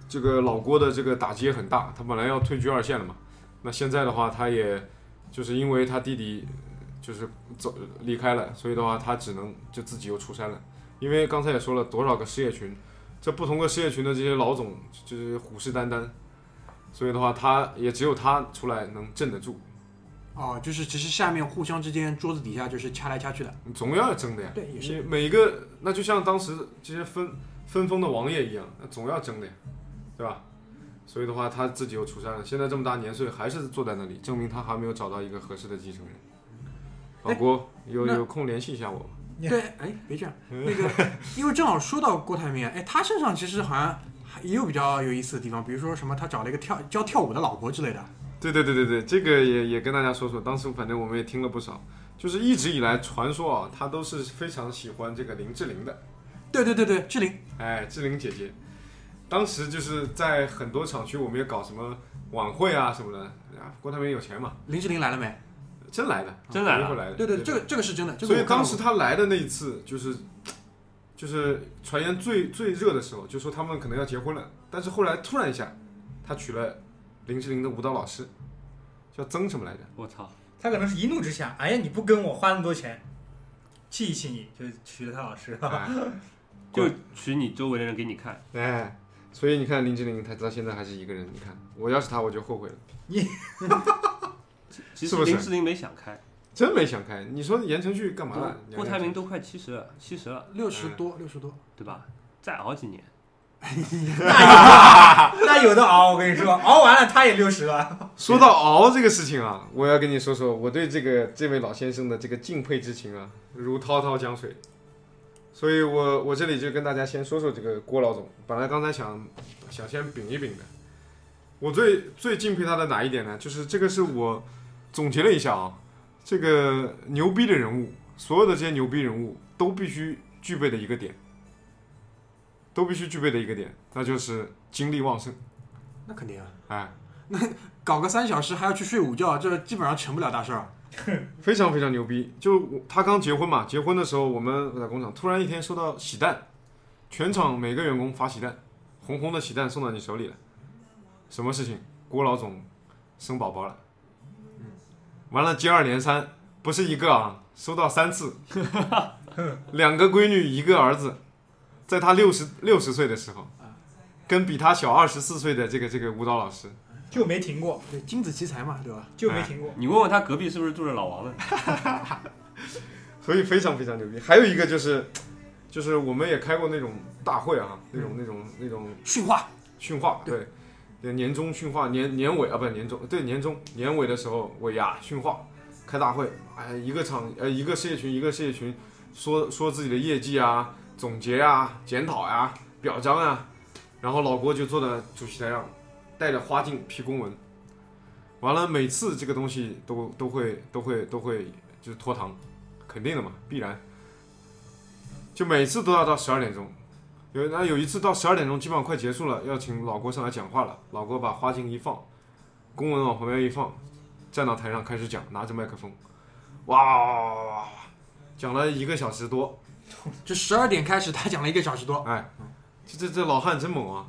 这个老郭的这个打击也很大，他本来要退居二线了嘛，那现在的话，他也就是因为他弟弟就是走离开了，所以的话他只能就自己又出山了，因为刚才也说了多少个事业群，这不同的事业群的这些老总就是虎视眈眈，所以的话他也只有他出来能镇得住，哦，就是其实下面互相之间桌子底下就是掐来掐去的，你总要争的呀。对，也你是。每一个，那就像当时这些分分封的王爷一样，那总要争的呀，对吧？所以的话，他自己又出山了，现在这么大年岁还是坐在那里，证明他还没有找到一个合适的继承人。老郭，有哎那有空联系一下我吧。对，哎，别这样，那个，因为正好说到郭台铭，哎，他身上其实好像还也有比较有意思的地方，比如说什么，他找了一个跳教跳舞的老婆之类的，对对对对对，这个也也跟大家说说，当时反正我们也听了不少，就是一直以来传说啊，他都是非常喜欢这个林志玲的。对对对对，志玲，哎，志玲姐姐，当时就是在很多厂区，我们也搞什么晚会啊什么的。啊，郭台铭有钱嘛，林志玲来了没？真来的，真啊来了一会儿来的。对对，对，这个这个是真的，这个所我以看到当过时他来的那一次，就是就是传言最最热的时候，就说他们可能要结婚了。但是后来突然一下，他娶了林志玲的舞蹈老师，叫曾什么来着？我操，他可能是一怒之下，哎呀，你不跟我花那么多钱，气一气你，就娶了他 老师。 哎就取你周围的人给你看，哎，所以你看林志玲，她到现在还是一个人。你看，我要是她，我就后悔了。其实是不是林志玲没想开，真没想开。你说言承旭干嘛呢？郭台铭都快七十了，七十了，六十多，六十多，对吧？再熬几年，那有的熬，我跟你说，熬完了他也六十了。说到熬这个事情啊，我要跟你说说我对这个这位老先生的这个敬佩之情啊，如滔滔江水。所以我我这里就跟大家先说说这个郭老总。本来刚才想想先禀一禀的，我最最敬佩他的哪一点呢？就是这个是我总结了一下啊，这个牛逼的人物，所有的这些牛逼人物都必须具备的一个点，都必须具备的一个点，那就是精力旺盛。那肯定啊，哎，搞个三小时还要去睡午觉，这基本上成不了大事儿。啊非常非常牛逼。就是我他刚结婚嘛，结婚的时候我们在工厂突然一天收到喜蛋，全厂每个员工发喜蛋，红红的喜蛋送到你手里了。什么事情？郭老总生宝宝了。完了，接二连三，不是一个啊，收到三次，两个闺女，一个儿子，在他六十六十岁的时候，跟比他小二十四岁的这个这个舞蹈老师，就没停过，对，金子奇才嘛，对吧？就没停过。你问问他隔壁是不是住着老 王的？所以非常非常牛逼。还有一个就是，就是我们也开过那种大会啊，那种那种那种训话，训话，对，对年终训话，年年尾啊，不年终，对年终年尾的时候尾牙训话，开大会，哎，一个厂呃一个事业群一个事业群说说自己的业绩啊，总结啊，检讨啊，表彰啊，然后老郭就坐在主席台上，带着花镜批公文，完了每次这个东西都都会都会都会就是拖堂，肯定的嘛，必然，就每次都要到十二点钟。有那有一次到十二点钟，基本上快结束了，要请老郭上来讲话了。老郭把花镜一放，公文往旁边一放，站到台上开始讲，拿着麦克风，哇哇哇哇哇哇，讲了一个小时多。就十二点开始，他讲了一个小时多，哎，这这这老汉真猛啊！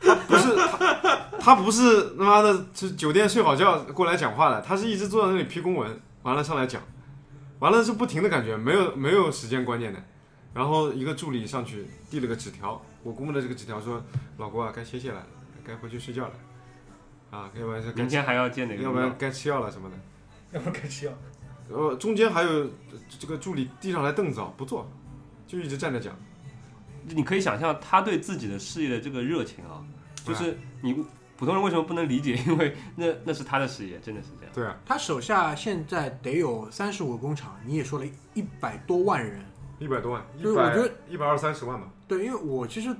他不是他他不是他妈的，是酒店睡好觉过来讲话的，他是一直坐在那里批公文，完了上来讲，完了是不停的感觉，没有没有时间观念的。然后一个助理上去递了个纸条，我估摸着这个纸条说：“老郭啊，该歇歇了，该回去睡觉了，啊，要不然是该明天还要见哪个要领不然导？该吃药了什么的。”要不开始要呃，中间还有这个助理递上来凳子啊，不坐，就一直站着讲。你可以想象他对自己的事业的这个热情啊，就是你普通人为什么不能理解？ 因为那那是他的事业，真的是这样。对啊，他手下现在得有三十五个工厂，你也说了一百多万人。一百多万，一对我百觉得一百二三十万吧。对，因为我其实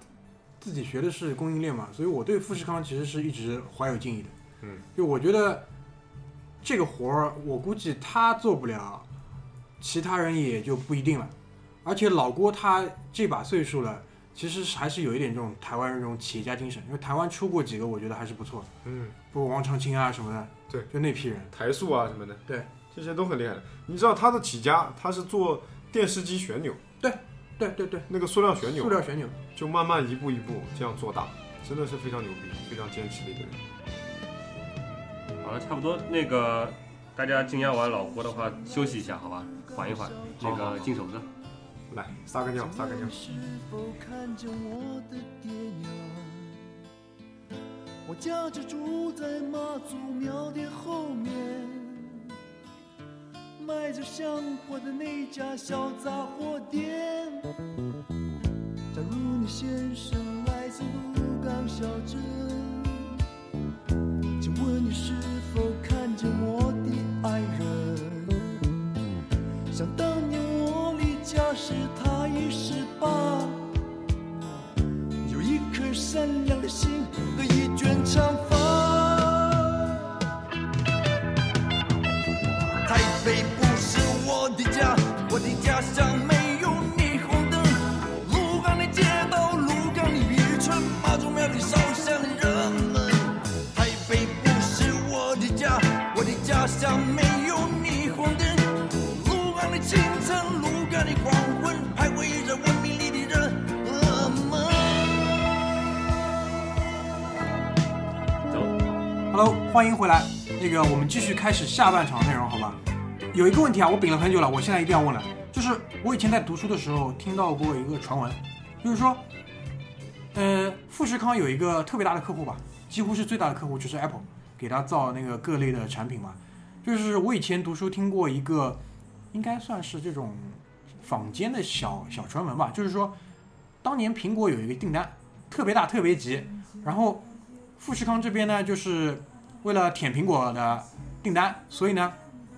自己学的是供应链嘛，所以我对富士康其实是一直怀有敬意的。嗯，就我觉得这个活儿，我估计他做不了，其他人也就不一定了。而且老郭他这把岁数了，其实是还是有一点这种台湾这种企业家精神，因为台湾出过几个，我觉得还是不错的，嗯，不王长青啊什么的，对，就那批人。台塑啊什么的，对，这些都很厉害的。你知道他的起家，他是做电视机旋钮，对对对，那个塑料旋钮，塑料旋钮。就慢慢一步一步这样做大，真的是非常牛逼、非常坚持的一个人。好了，差不多那个大家惊讶完老郭的话，休息一下好吧，缓一缓，那好好好个敬首歌。来，撒个尿，撒个尿。是否看见我的爹娘？我家就住在妈祖庙的后面，卖着香火的那家小杂货店。假如你先生来自鹿港小镇，请问你是否看见我的爱人？想当年我离家时，他已十八，有一颗善良的心和一卷长发。台北不是我的家，我的家乡没有霓虹灯。鹿港的街道，鹿港的渔村，妈祖庙里烧香的人们。台北不是我的家，我的家乡没有霓虹灯。鹿港的清晨，鹿港的黄昏，徘徊着文明里的人们。走， Hello，欢迎回来。那个，我们继续开始下半场内容，好吧？有一个问题啊，我秉了很久了，我现在一定要问了，就是我以前在读书的时候听到过一个传闻，就是说，呃，富士康有一个特别大的客户吧，几乎是最大的客户就是 Apple，给他造那个各类的产品嘛。就是我以前读书听过一个，应该算是这种坊间的小小传闻吧，就是说，当年苹果有一个订单特别大、特别急，然后富士康这边呢，就是为了舔苹果的订单，所以呢，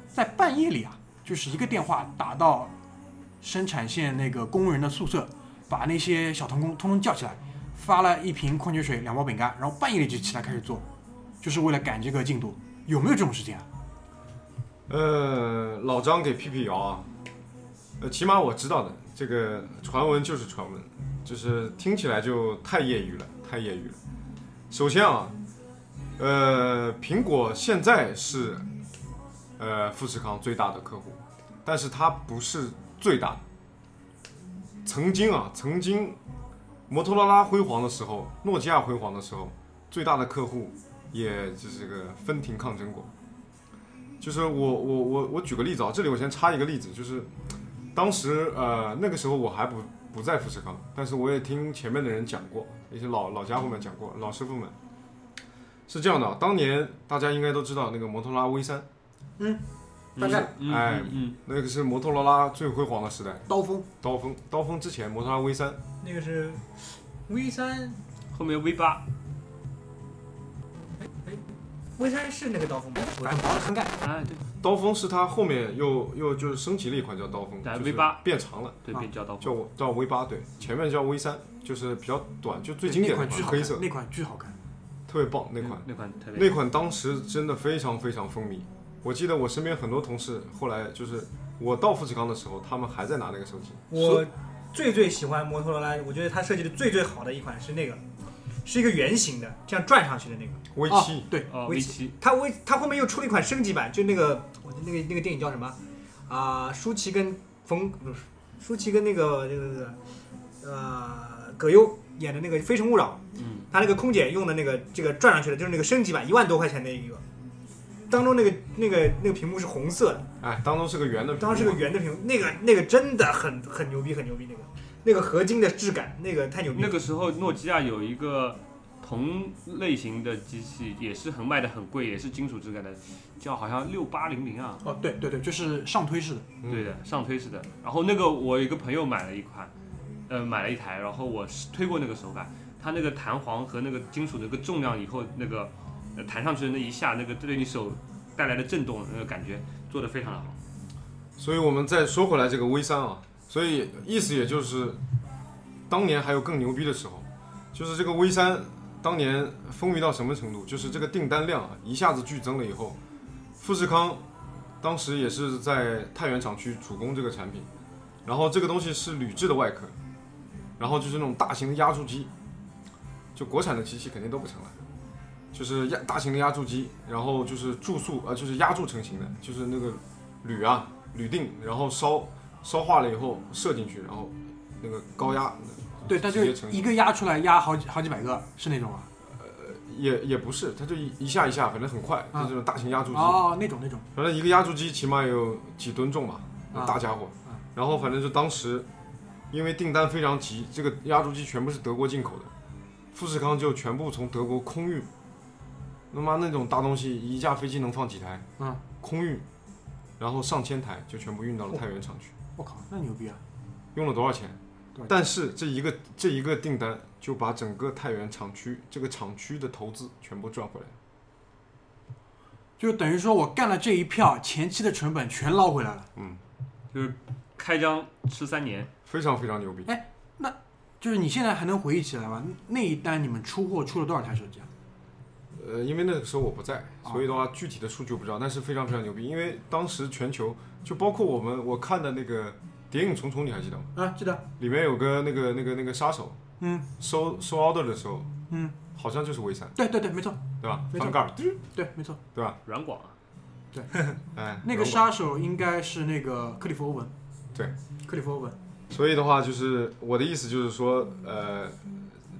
在半夜里啊，就是一个电话打到生产线那个工人的宿舍，把那些小童工通通叫起来，发了一瓶矿泉水、两包饼干，然后半夜里就起来开始做，就是为了赶这个进度。有没有这种事情啊？呃，老张给辟辟谣啊，呃，起码我知道的，这个传闻就是传闻，就是听起来就太业余了，太业余了。首先啊，呃，苹果现在是呃富士康最大的客户，但是它不是最大的。曾经啊，曾经摩托罗拉辉煌的时候，诺基亚辉煌的时候，最大的客户也就是个分庭抗争过。就是我我我我举个例子啊，这里我先插一个例子，就是当时呃那个时候我还不不在富士康，但是我也听前面的人讲过，一些老老家伙们讲过，老师傅们是这样的啊，当年大家应该都知道那个摩托罗拉 V 三，大概嗯哎嗯那个是摩托罗拉最辉煌的时代，刀锋刀锋刀锋之前摩托罗拉 V 三，那个是 V 三嗯，后面 V 八 V 三是那个刀锋吗？反薄的坑盖，哎对刀锋是它后面又又就是升级了一款叫刀锋，哎就是 V8 变长了，对，被叫到叫我叫 V 八，对，前面叫 V 三，就是比较短，就最经那典的款一巨款好黑色看，，那款巨好看。特别棒那款。那款特别那款当时真的非常非常风靡。我记得我身边很多同事，后来就是我到富士康的时候，他们还在拿那个手机。我最最喜欢摩托罗拉，我觉得它设计的最最好的一款是那个，是一个圆形的，这样转上去的那个。 V 哦七、对，哦 V V 七它为它后面又出了一款升级版，就那个我那个那个电影叫什么啊、舒淇跟冯不是舒淇跟那个那个那个呃葛优演的那个《非诚勿扰》，嗯，他那个空姐用的那个这个转上去的，就是那个升级版，一万多块钱的一个。当中那个那个那个屏幕是红色的，哎，当中是个圆的，当时是个，圆的屏幕，那个那个真的很很牛逼，很牛逼，那个那个合金的质感，那个太牛逼了。那个时候诺基亚有一个同类型的机器，也是很卖的很贵，也是金属质感的，叫好像六八零零啊，哦，对对对，就是上推式的，嗯对的，上推式的。然后那个我有一个朋友买了一款，呃，买了一台，然后我试推过那个手感，它那个弹簧和那个金属的那个重量以后，那个、呃弹上去的那一下，那个对你手带来的震动那个感觉做的非常的好。所以我们再说回来这个 V 三啊，所以意思也就是，当年还有更牛逼的时候，就是这个 V 三当年风靡到什么程度，就是这个订单量啊一下子剧增了以后，富士康当时也是在太原厂区主攻这个产品，然后这个东西是铝制的外壳，然后就是那种大型的压铸机，就国产的机器肯定都不成了。就是压大型的压铸机，然后就是注塑，呃，就是压铸成型的，就是那个铝啊，铝锭，然后烧烧化了以后射进去，然后那个高压对，它就直接成一个压出来压好几好几百个，是那种啊。也也不是，它就一一下一下，反正很快，就啊这种大型压铸机，哦，那种那种，反正一个压铸机起码有几吨重吧，啊大家伙啊。然后反正就当时，因为订单非常急，这个压铸机全部是德国进口的，富士康就全部从德国空运。他妈那种大东西，一架飞机能放几台？嗯，空运，然后上千台就全部运到了太原厂区。我靠，那牛逼啊！用了多少钱多少钱？但是这一个这一个订单就把整个太原厂区这个厂区的投资全部赚回来了。就等于说我干了这一票，前期的成本全捞回来了。开张吃三年，非常非常牛逼哎，就是你现在还能回忆起来吗？那一单你们出货出了多少台手机啊？呃，因为那个时候我不在，啊所以的话具体的数据不知道，但是非常非常牛逼。因为当时全球就包括我们我看的那个《谍影重重》，你还记得吗？啊，记得，里面有个那个那个那个杀手嗯收收 order 的时候，嗯，好像就是 V 三，对对对，没错，对吧？没错翻盖儿，对没错。对吧？软广啊，哎，那个杀手应该是那个克里夫·欧文，对，克里夫·欧文，所以的话，就是我的意思就是说，呃，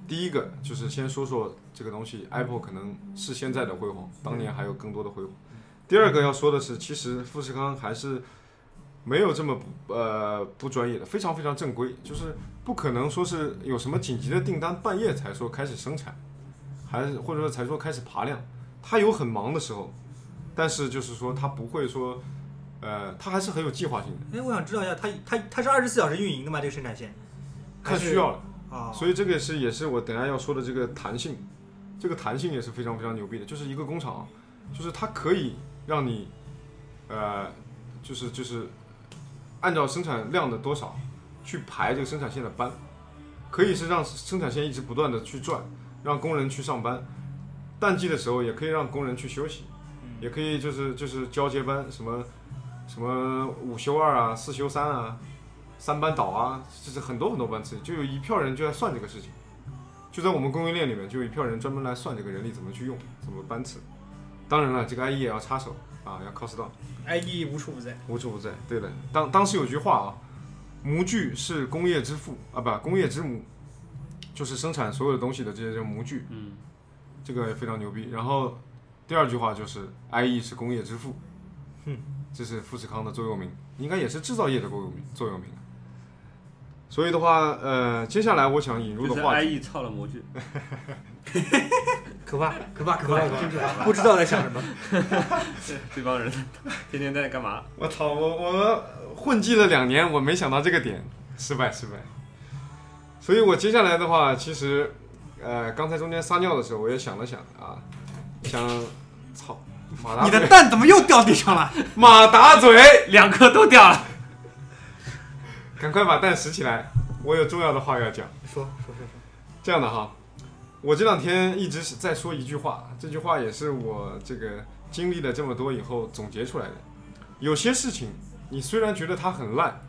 第一个就是先说说这个东西，Apple 可能是现在的辉煌，当年还有更多的辉煌。第二个要说的是，其实富士康还是没有这么不呃不专业的，非常非常正规，就是不可能说是有什么紧急的订单半夜才说开始生产，还是或者说才说开始爬量，它有很忙的时候，但是就是说他不会说，呃，他还是很有计划性的，哎，我想知道一下，它它它是二十四小时运营的吗？这个生产线还看是需要了。啊，所以这个是也是我等一下要说的这个弹性，这个弹性也是非常非常牛逼的，就是一个工厂啊，就是它可以让你，呃，就是就是按照生产量的多少去排这个生产线的班，可以是让生产线一直不断的去转，让工人去上班，淡季的时候也可以让工人去休息，也可以就是就是交接班什么什么五休二啊，四休三啊，三班倒啊，就是很多很多班次，就有一票人就在算这个事情，就在我们供应链里面，就有一票人专门来算这个人力怎么去用，怎么班次。当然了，这个 IE 也要插手啊，要 cost down， IE 哎无处不在。无处不在。对的，当当时有句话啊，模具是工业之父啊，不，工业之母，就是生产所有的东西的这些叫模具，嗯，这个也非常牛逼。然后第二句话就是 IE 是工业之父，哼，这是富士康的座右铭，应该也是制造业的座右铭座右铭。所以的话，呃，接下来我想引入就是的话题， IE 操了模具，可怕，可怕，可怕，真可怕！不知道在想什么。 这帮人天天在干嘛？我操，我我们混迹了两年，我没想到这个点，失败失败。所以我接下来的话，其实，呃，刚才中间撒尿的时候，我也想了想啊，想，操，马达你的嘴，蛋怎么又掉地上了？ 马达嘴，两颗都掉了。赶快把蛋拾起来，我有重要的话要讲。说说说说，这样的哈，我这两天一直是在说一句话，这句话也是我这个经历了这么多以后总结出来的。有些事情，你虽然觉得它很烂，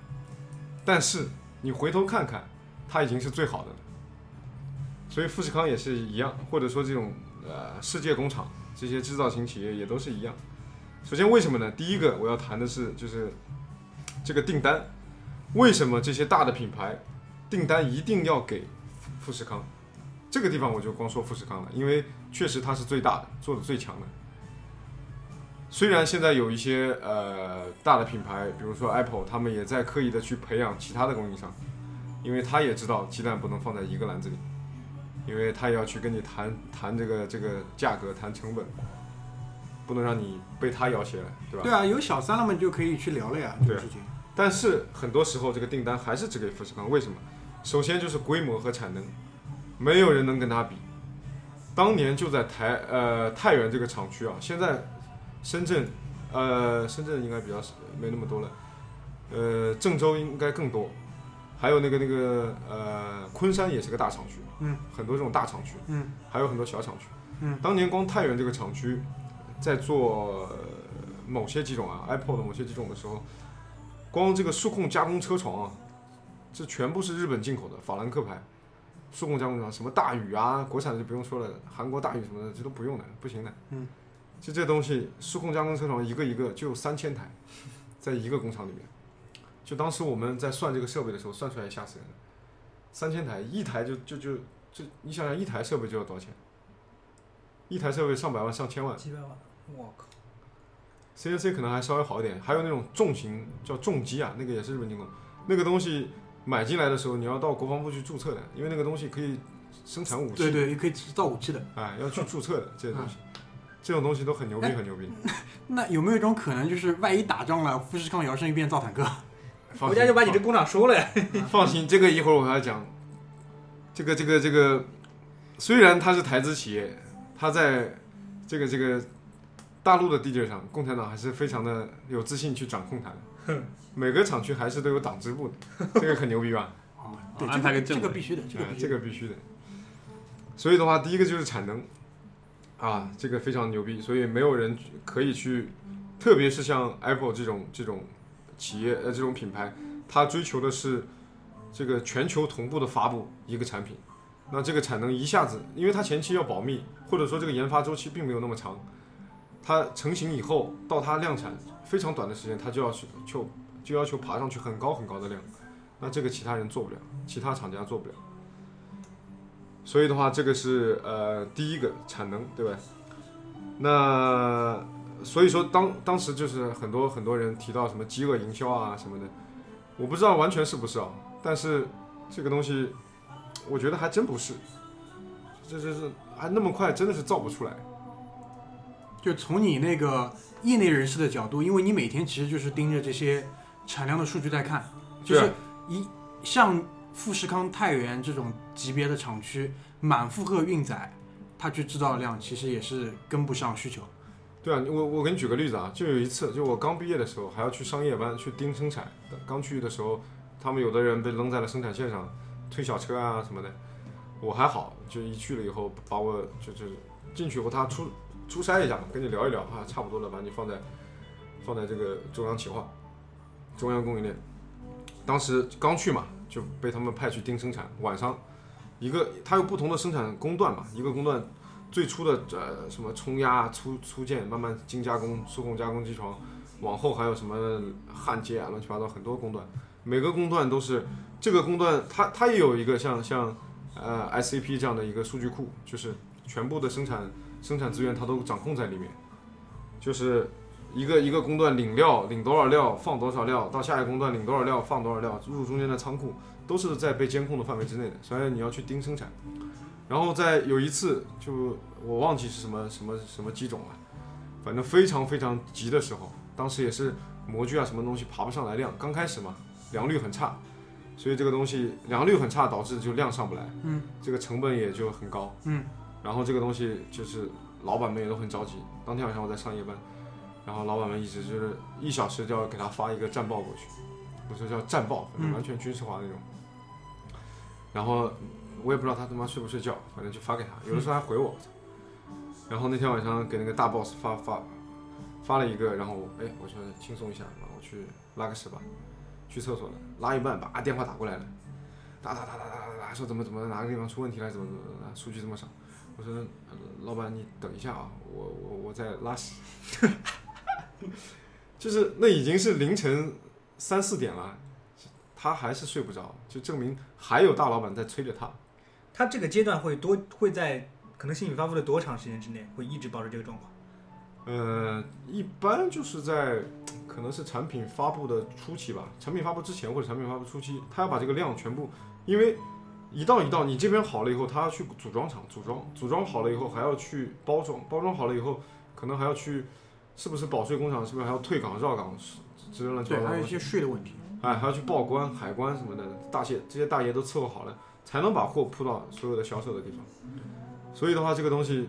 但是你回头看看，它已经是最好的了。所以富士康也是一样，或者说这种呃世界工厂这些制造型企业也都是一样。首先为什么呢？第一个我要谈的是就是这个订单，为什么这些大的品牌订单一定要给富士康，这个地方我就光说富士康了，因为确实它是最大的，做的最强的。虽然现在有一些呃大的品牌，比如说 Apple，他们也在刻意的去培养其他的供应商，因为他也知道鸡蛋不能放在一个篮子里，因为他也要去跟你谈谈这个这个价格，谈成本，不能让你被他要挟了，对吧？对啊，有小三了嘛，你就可以去聊了呀，这个事情。但是很多时候这个订单还是只给富士康，为什么？首先就是规模和产能，没有人能跟它比。当年就在台呃太原这个厂区啊，现在深圳，呃深圳应该比较少没那么多了，呃郑州应该更多，还有那个那个呃昆山也是个大厂区，嗯，很多这种大厂区，嗯，还有很多小厂区，嗯，当年光太原这个厂区在做呃某些几种啊 Apple 的某些几种的时候，光这个数控加工车床啊，这全部是日本进口的法兰克牌，数控加工车床什么大宇啊，国产的就不用说了，韩国大宇什么的这都不用的，不行的。嗯，就这东西数控加工车床一个一个就有三千台，在一个工厂里面，就当时我们在算这个设备的时候，算出来也吓死人了，三千台一台就就就就你想想一台设备就要多少钱？一台设备上百万上千万几百万，我靠！ ，CNC 可能还稍微好一点，还有那种重型叫重机啊，那个也是日本进口，那个东西买进来的时候你要到国防部去注册的，因为那个东西可以生产武器，对对，也可以造武器的。哎，要去注册的这些东西，这种东西都很牛逼，很牛逼。那有没有一种可能，就是万一打仗了，富士康摇身一变造坦克？ 放心国家就把你这工厂收了呀。 放心，这个一会儿我还要讲。这个这个这个，虽然它是台资企业，它在这个这个大陆的地界上，共产党还是非常的有自信去掌控它的。每个厂区还是都有党支部的，这个很牛逼吧？哦，哦对，安这排个个政这委个必须的，这个哎必须这的。个必须的。所以的话，第一个就是产能，啊，这个非常牛逼，所以没有人可以去，特别是像 Apple 这种这种企业呃这种品牌，它追求的是这个全球同步的发布一个产品，那这个产能一下子，因为它前期要保密，或者说这个研发周期并没有那么长，它成型以后到它量产非常短的时间，它就要去就就要求爬上去很高很高的量，那这个其他人做不了，其他厂家做不了。所以的话，这个是呃第一个产能，对吧？那所以说当当时就是很多很多人提到什么饥饿营销啊什么的，我不知道完全是不是啊，但是这个东西我觉得还真不是，这这是还那么快真的是造不出来。就从你那个业内人士的角度，因为你每天其实就是盯着这些产量的数据在看，就对是一像富士康、太原这种级别的厂区，满负荷运载，它去制造的量其实也是跟不上需求。对啊，我我给你举个例子啊，就有一次，就我刚毕业的时候，还要去商业班去盯生产。刚去的时候，他们有的人被扔在了生产线上，推小车啊什么的。我还好，就一去了以后，把我就就进去以后，他出出筛一下，跟你聊一聊啊，差不多了，把你放在放在这个中央企划、中央供应链。当时刚去嘛，就被他们派去盯生产。晚上，一个它有不同的生产工段嘛，一个工段最初的呃什么冲压、粗粗件，慢慢精加工、数控加工机床，往后还有什么焊接啊，乱七八糟很多工段，每个工段都是这个工段它它也有一个像像呃 SAP 这样的一个数据库，就是全部的生产生产资源它都掌控在里面，就是。一个一个工段领料领多少料放多少料，到下一个工段领多少料放多少料，入中间的仓库都是在被监控的范围之内的，所以你要去盯生产。然后在有一次，就我忘记是什么什么什么机种了、反正非常非常急的时候，当时也是模具啊什么东西爬不上来量，刚开始嘛，良率很差，所以这个东西良率很差，导致就量上不来，嗯，这个成本也就很高，嗯，然后这个东西就是老板们也都很着急，当天晚上我在上夜班，然后老板们一直就是一小时就要给他发一个战报过去，我说叫战报，反正嗯完全军事化那种，然后我也不知道他他妈睡不睡觉，反正就发给他，有的时候还回我，我操然后那天晚上给那个大 boss 发发发了一个，然后我哎，我就轻松一下，然后我去拉个屎吧，去厕所了，拉一半吧，啊电话打过来了，打打打打打打打，说怎么怎么哪个地方出问题了，怎么怎么怎么数据这么少，我说呃老板你等一下啊，我我我在拉屎， 就是那已经是凌晨三四点了，他还是睡不着，就证明还有大老板在催着他。他这个阶段会多会在可能新品发布的多长时间之内会一直保持这个状况？呃，一般就是在可能是产品发布的初期吧，产品发布之前或者产品发布初期，他要把这个量全部，因为一道一道你这边好了以后，他要去组装厂组装，组装好了以后还要去包装，包装好了以后可能还要去，是不是保税工厂，是不是还要退岗绕岗，是之类乱七八对，糟的还有东一西些税的问题。哎，还要去报关、海关什么的，大些这些大爷都伺候好了，才能把货铺到所有的销售的地方。所以的话，这个东西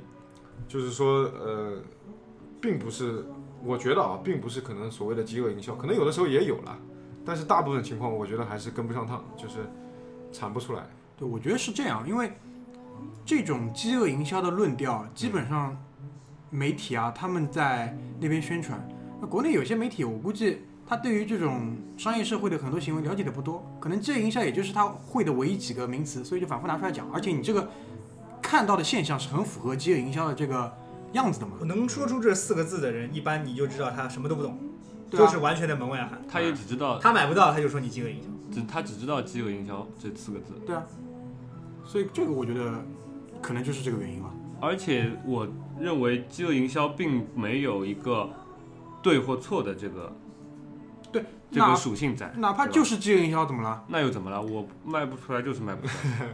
就是说，呃，并不是，我觉得啊，并不是可能所谓的饥饿营销，可能有的时候也有了，但是大部分情况我觉得还是跟不上趟，就是产不出来。对，我觉得是这样，因为这种饥饿营销的论调，基嗯本上媒体啊，他们在那边宣传。那国内有些媒体，我估计他对于这种商业社会的很多行为了解的不多，可能饥饿营销也就是他会的唯一几个名词，所以就反复拿出来讲。而且你这个看到的现象是很符合饥饿营销的这个样子的嘛？嗯能说出这四个字的人，一般你就知道他什么都不懂，对啊就是完全在门外汉。他也只知道，他买不到，他就说你饥饿营销。只他只知道饥饿营销这四个字。对啊，所以这个我觉得可能就是这个原因吧。而且我认为饥饿营销并没有一个对或错的这个对，这哪个属性在，哪怕对吧就是饥饿营销，怎么了？那又怎么了？我卖不出来就是卖不出来。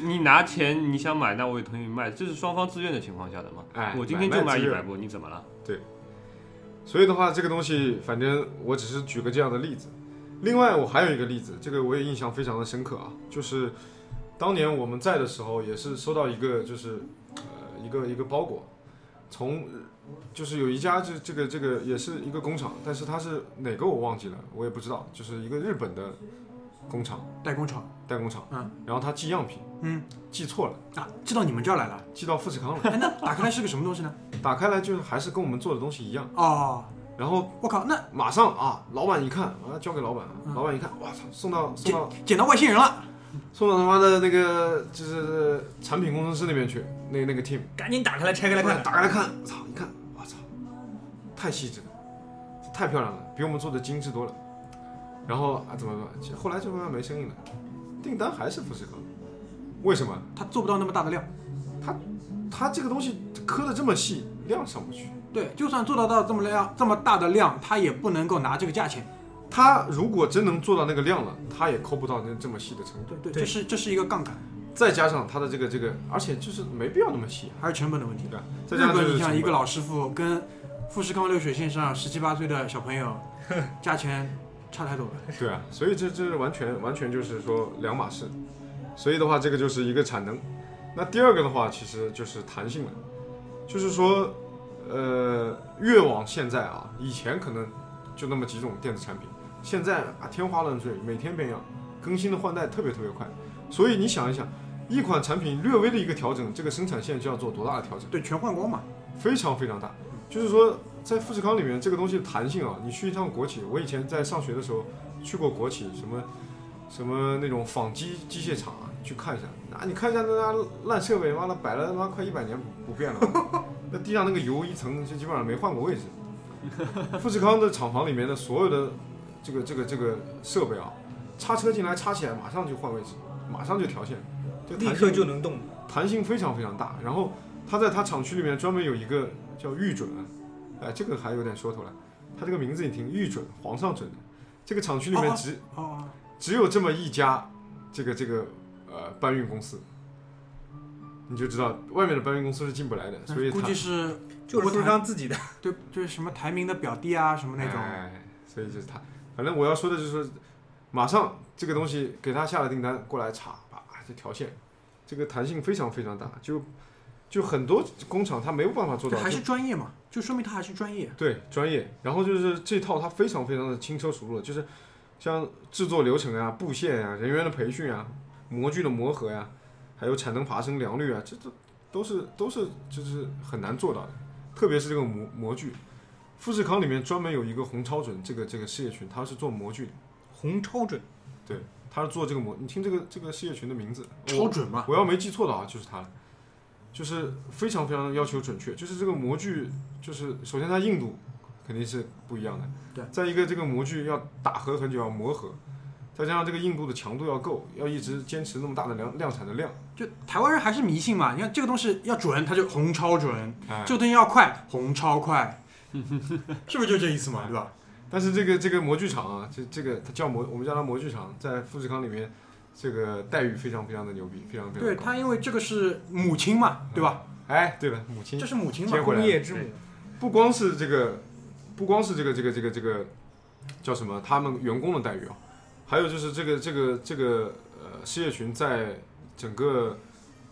你拿钱你想买，那我也同意卖，这是双方自愿的情况下的嘛。哎我今天就买卖卖自一愿百部，你怎么了？所以的话，这个东西反正我只是举个这样的例子。另外，我还有一个例子，这个我也印象非常的深刻啊，就是当年我们在的时候，也是收到一个就是呃一个一个包裹，从就是有一家这这个这个也是一个工厂，但是它是哪个我忘记了，我也不知道，就是一个日本的工厂代工厂代工厂，嗯，然后他寄样品，嗯，寄错了，啊，寄到你们这儿来了。寄到富士康了，哎，那打开来是个什么东西呢？打开来就是还是跟我们做的东西一样，哦，然后我靠，那马上啊，老板一看，我要交给老板嗯，老板一看，我操，送到送捡到捡到外星人了。送到他妈的那个就是产品工程师那边去，那那个 team 赶紧打开来拆开来看，打开来看，我操，一看，我操，太细致了，太漂亮了，比我们做的精致多了。然后啊，怎么办？其实后来就慢慢没声音了，订单还是富士康，为什么？他做不到那么大的量，他这个东西磕的这么细，量上不去。对，就算做得到这么量这么大的量，他也不能够拿这个价钱。他如果真能做到那个量了，他也抠不到那这么细的程度。对对，对这是这是一个杠杆。再加上他的这个这个，而且就是没必要那么细，还有成本的问题对。吧？再加日上就是本，你像成一个本老师傅跟富士康流水线上十七八岁的小朋 友，价钱差太多了。对啊，所以这这完全完全就是说两码事。所以的话，这个就是一个产能。那第二个的话，其实就是弹性了，就是说，呃，越往现在啊，以前可能就那么几种电子产品，现在啊天花乱坠，每天变样，更新的换代特别特别快。所以你想一想，一款产品略微的一个调整，这个生产线就要做多大的调整？对，全换光嘛。非常非常大。就是说，在富士康里面，这个东西弹性啊，你去一趟国企，我以前在上学的时候去过国企，什么什么那种纺机机械厂啊，去看一下，那你看一下那家烂设备，妈的摆了他妈快一百年不不变 了，那地上那个油一层就基本上没换过位置。富士康的厂房里面的所有的这个这个这个设备啊，插车进来插起来，马上就换位置，马上就调线，就立弹刻性就能动。弹性非常非常大。然后他在他厂区里面专门有一个叫御准，哎，这个还有点说头了。他这个名字你听，御准，皇上准的。这个厂区里面只、哦，只有这么一家，这个这个呃搬运公司，你就知道外面的搬运公司是进不来的，所以哎估他计是就是富士康自己的，对，就是什么台民的表弟啊，什么那种。哎，所以就是他。反正我要说的就是，马上这个东西给他下了订单过来查，把这条线，这个弹性非常非常大，就就很多工厂它没有办法做就到，还就是专业嘛，就说明他还是专业。对专业。然后就是这套它非常非常的轻车熟路，就是像制作流程啊、布线啊、人员的培训啊、模具的磨合呀、还有产能爬升良率啊，这这都是都是就是很难做到的，特别是这个模模具。富士康里面专门有一个红超准这个这个事业群，它是做模具的，红超准，对，它是做这个模。你听这个这个事业群的名字，哦超准嘛，我要没记错的啊，就是它了，就是非常非常要求准确，就是这个模具，就是首先它硬度肯定是不一样的，对再一个这个模具要打合很久，要磨合，再加上这个硬度的强度要够，要一直坚持那么大的量量产的量，就台湾人还是迷信嘛。你看这个东西要准，他就红超准；哎这，个东西要快，红 超快，是不是就这意思嘛？对吧？但是这个这个模具厂啊，这这个它叫模，我们叫它模具厂，在富士康里面，这个待遇非常非常的牛逼，非常非常对的他，因为这个是母亲嘛，对吧？哎，对了，母亲这是母亲嘛接，回工来业之母，不光是这个，不光是这个这个这个这个叫什么，他们员工的待遇啊，还有就是这个这个这个呃事业群在整个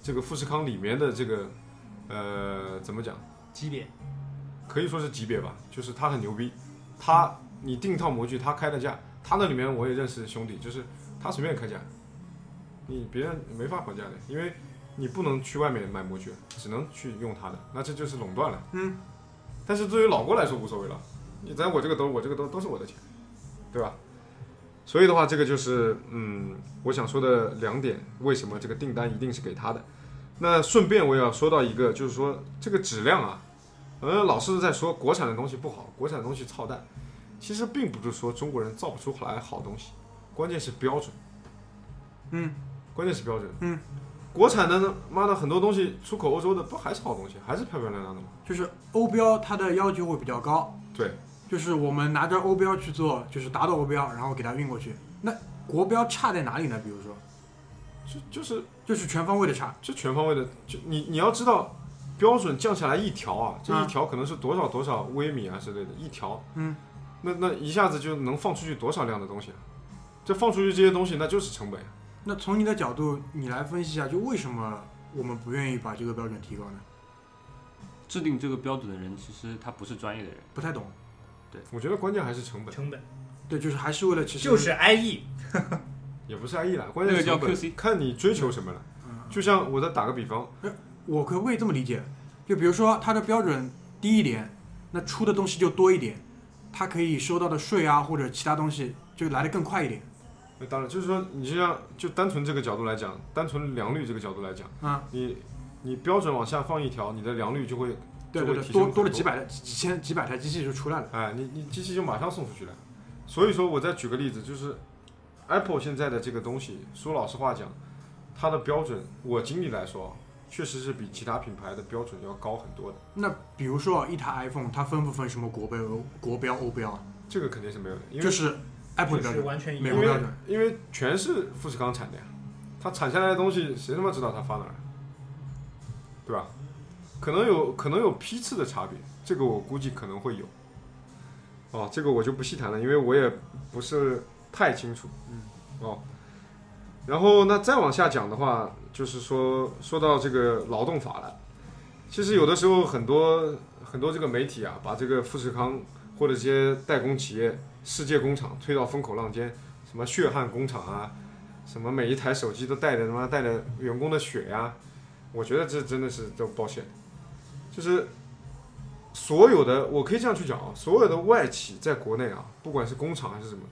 这个富士康里面的这个呃怎么讲，级别可以说是级别吧，就是他很牛逼，他你订一套模具，他开的价，他那里面我也认识兄弟，就是他随便开价，你别人没法还价的，因为你不能去外面买模具，只能去用他的，那这就是垄断了。嗯，但是对于老郭来说无所谓了，你在我这个兜，我这个兜都是我的钱，对吧？所以的话，这个就是嗯，我想说的两点，为什么这个订单一定是给他的？那顺便我也要说到一个，就是说这个质量啊，呃，老是在说国产的东西不好，国产的东西操蛋。其实并不是说中国人造不出来好东西，关键是标准。嗯，关键是标准。嗯，国产的呢，妈的很多东西出口欧洲的不还是好东西，还是漂漂亮亮的吗？就是欧标它的要求会比较高，对，就是我们拿着欧标去做，就是达到欧标，然后给它运过去。那国标差在哪里呢？比如说，就就是就是全方位的差。就全方位的，就你你要知道，标准降下来一条啊，这一嗯条可能是多少多少微米啊之类的，一条，嗯，那那一下子就能放出去多少量的东西啊？这放出去这些东西，那就是成本啊。那从你的角度，你来分析一下，就为什么我们不愿意把这个标准提高呢？制定这个标准的人其实他不是专业的人，不太懂。我觉得关键还是成本，成本对，就是还是为了其实就是 E IE 也不是 IE 啦，关键是那个成叫嗯本， QC 看你追求什么了。就像我再打个比方，我可不可以这么理解？就比如说它的标准低一点，那出的东西就多一点，它可以收到的税啊或者其他东西就来得更快一点。那当然就是说，你就像就单纯这个角度来讲，单纯良率这个角度来讲，嗯啊，你你标准往下放一条，你的良率就会对就对会对，提升多很多了多几百台几千几百台机器就出来了。哎，你你机器就马上送出去了。所以说，我再举个例子，就是 Apple 现在的这个东西，说老实话讲，它的标准，我经历来说，确实是比其他品牌的标准要高很多的。那比如说一台 iPhone，它分不分什么国标、国标、欧标啊？这个肯定是没有的，因为、哎就是 Apple 的标是准，完全一美样国因标为准因为全是富士康产的呀，它产下来的东西，谁他妈知道它发哪儿？对吧？可能有可能有批次的差别，这个我估计可能会有。哦，这个我就不细谈了，因为我也不是太清楚。嗯，哦。然后那再往下讲的话，就是说说到这个劳动法了。其实有的时候很多很多这个媒体啊，把这个富士康或者这些代工企业、世界工厂推到风口浪尖，什么血汗工厂啊，什么每一台手机都带着他妈带着员工的血呀、我觉得这真的是都 bullshit，就是所有的我可以这样去讲啊，所有的外企在国内啊，不管是工厂还是什么，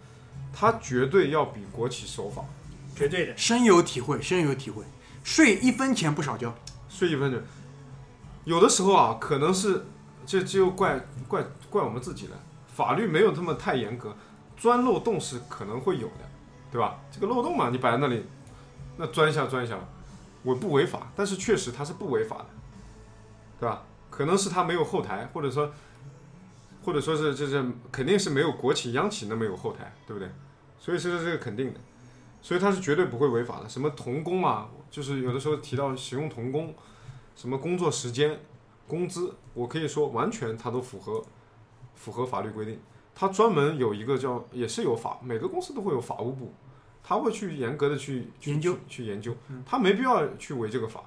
它绝对要比国企守法，绝对的。深有体会，深有体会，税一分钱不少交。税一分钱。有的时候啊，可能是这这又怪怪怪我们自己了，法律没有那么太严格，钻漏洞是可能会有的，对吧？这个漏洞嘛，你摆在那里，那钻一下钻一下，我不违法，但是确实它是不违法的，对吧？可能是它没有后台，或者说，或者说是这这肯定是没有国企央企那么有后台，对不对？所以这是这个肯定的，所以它是绝对不会违法的。什么童工啊，就是有的时候提到使用童工。什么工作时间、工资，我可以说完全它都符合符合法律规定。它专门有一个叫，也是有法，每个公司都会有法务部，他会去严格的去去研究嗯去去研究，他没必要去违这个法，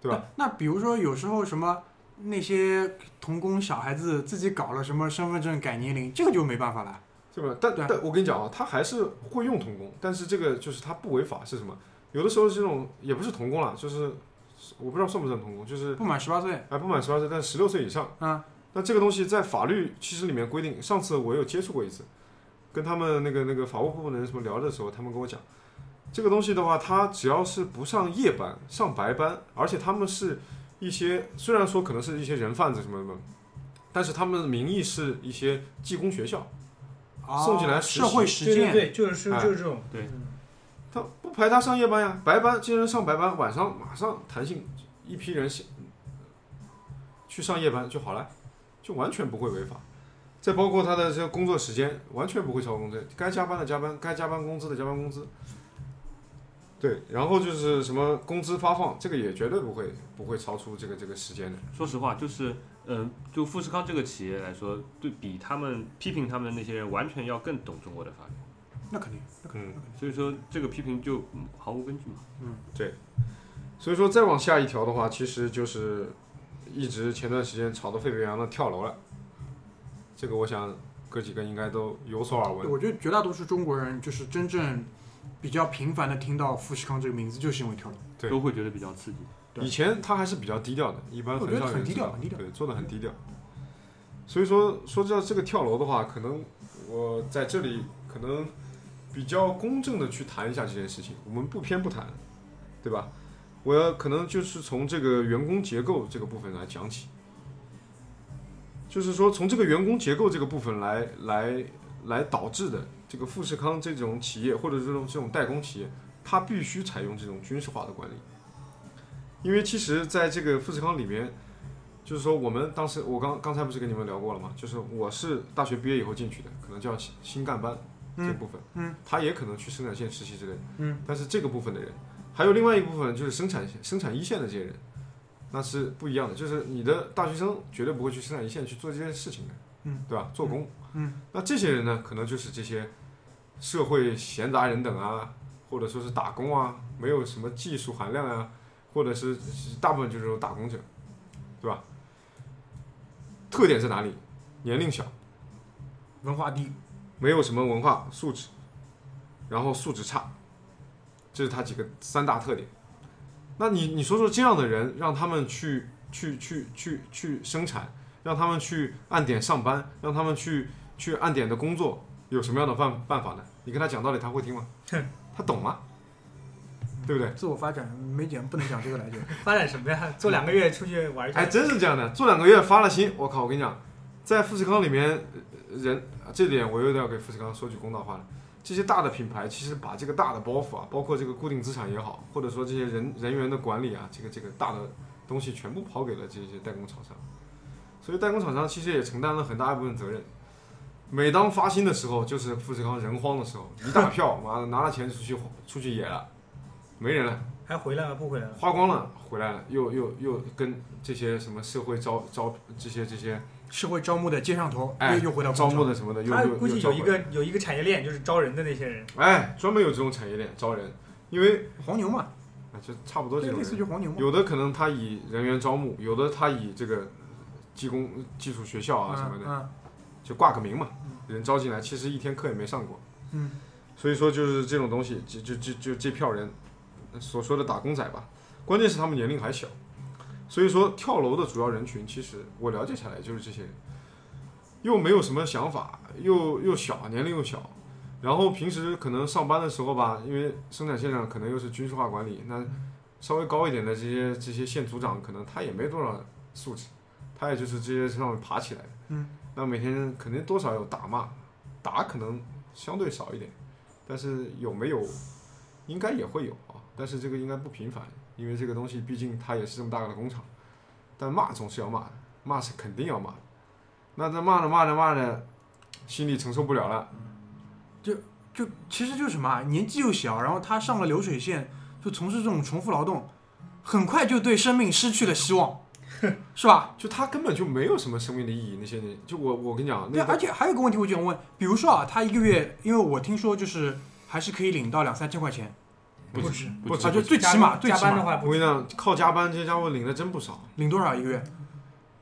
对吧？那？那比如说有时候什么那些童工小孩子自己搞了什么身份证改年龄，这个就没办法了。对吧？但对啊但我跟你讲啊，他还是会用童工，但是这个就是他不违法是什么？有的时候是这种也不是童工啦，就是我不知道算不算童工，就是不满十八岁，哎不满十八岁，但十六岁以上。啊，那这个东西在法律其实里面规定，上次我有接触过一次，跟他们那个那个法务部门的人什么聊的时候，他们跟我讲，这个东西的话，他只要是不上夜班、上白班，而且他们是一些虽然说可能是一些人贩子什么什么，但是他们名义是一些技工学校，哦送进来实习社会对实对践，对，就是哎就是这种。对他不排他上夜班呀，白班这些人上白班，晚上马上弹性一批人先去上夜班就好了，就完全不会违法。再包括他的这个工作时间，完全不会超工资，该加班的加班，该加班工资的加班工资。对，然后就是什么工资发放，这个也绝对不会不会超出这个这个时间的。说实话，就是嗯、就富士康这个企业来说，对比他们批评他们那些人，完全要更懂中国的法律。那肯定。嗯，所以说这个批评就嗯毫无根据嘛。所以说再往下一条的话，其实就是一直前段时间吵得沸沸扬扬的跳楼了。这个我想哥几个应该都有所耳闻。我觉得绝大多数中国人就是真正比较频繁的听到富士康这个名字，就是因为跳楼。对都会觉得比较刺激。对以前他还是比较低调的，一般我很觉得少有人很低知道调很低调对，做的很低调。所以说，说到这个跳楼的话，可能我在这里可能比较公正的去谈一下这件事情，我们不偏不谈，对吧？我要可能就是从这个员工结构这个部分来讲起，就是说从这个员工结构这个部分来来来导致的这个富士康这种企业或者这种这种代工企业，它必须采用这种军事化的管理。因为其实在这个富士康里面，就是说我们当时我刚刚才不是跟你们聊过了嘛，就是我是大学毕业以后进去的，可能叫新新干班这嗯部分，嗯他也可能去生产线实习之类的，嗯，但是这个部分的人，还有另外一部分就是生产线生产一线的这些人，那是不一样的，就是你的大学生绝对不会去生产一线去做这件事情的，嗯，对吧？做工，嗯那这些人呢，可能就是这些社会闲杂人等啊，或者说是打工啊，没有什么技术含量啊，或者是是大部分就是这种打工者，对吧？特点在哪里？年龄小，文化低，没有什么文化素质，然后素质差，这是他几个三大特点。那你你说说这样的人，让他们去去去去去生产，让他们去按点上班，让他们去去按点的工作，有什么样的办办法呢？你跟他讲道理，他会听吗？他懂吗？对不对？自我发展没讲不能讲这个来 着。发展什么呀？做两个月出去玩一哎，下，真是这样的，做两个月发了心，我靠！我跟你讲，在富士康里面，呃人这点我又要给富士康说句公道话了。这些大的品牌其实把这个大的包袱啊，包括这个固定资产也好，或者说这些人人员的管理啊，这个这个大的东西全部抛给了这些代工厂商，所以代工厂商其实也承担了很大一部分责任。每当发薪的时候，就是富士康人慌的时候，一大票，妈的拿了钱出去出去野了，没人了，还回来吗？不回来了。花光了，回来了，又又又跟这些什么社会招招这些这些社会招募的街上头哎又又回到招广募场，的什么的，又他又估又计招有回一来个有一个产业链，就是招人的那些人。哎，专门有这种产业链招人，因为黄牛嘛，啊，就差不多这对，种类似人，就黄牛嘛。有的可能他以人员招募，有的他以这个技工技术学校啊什么嗯的，嗯就挂个名嘛，人招进来，其实一天课也没上过，嗯，所以说就是这种东西，就就就就这票人呃所说的打工仔吧，关键是他们年龄还小，所以说跳楼的主要人群，其实我了解下来就是这些人，又没有什么想法，又又小，年龄又小，然后平时可能上班的时候吧，因为生产线上可能又是军事化管理，那稍微高一点的这些这些县组长，可能他也没多少素质，他也就是这些上面爬起来的，嗯，那每天肯定多少有打骂，打可能相对少一点，但是有没有，应该也会有啊，但是这个应该不频繁，因为这个东西毕竟它也是这么大个的工厂，但骂总是要骂的，骂是肯定要骂的，那这骂着骂着骂着，心里承受不了了。就其实就是什么啊，年纪又小，然后他上了流水线，就从事这种重复劳动，很快就对生命失去了希 望，是吧？就他根本就没有什么生命的意义。那些人，就我我跟你讲，对，那而个且还有个问题，我就想问，比如说啊，他一个月，因为我听说就是还是可以领到两三千块钱，不不止，止，不啊，止就最加起码最加起班的码话我不跟止。你讲，靠加班这些家伙领的真不少，领多少一个月？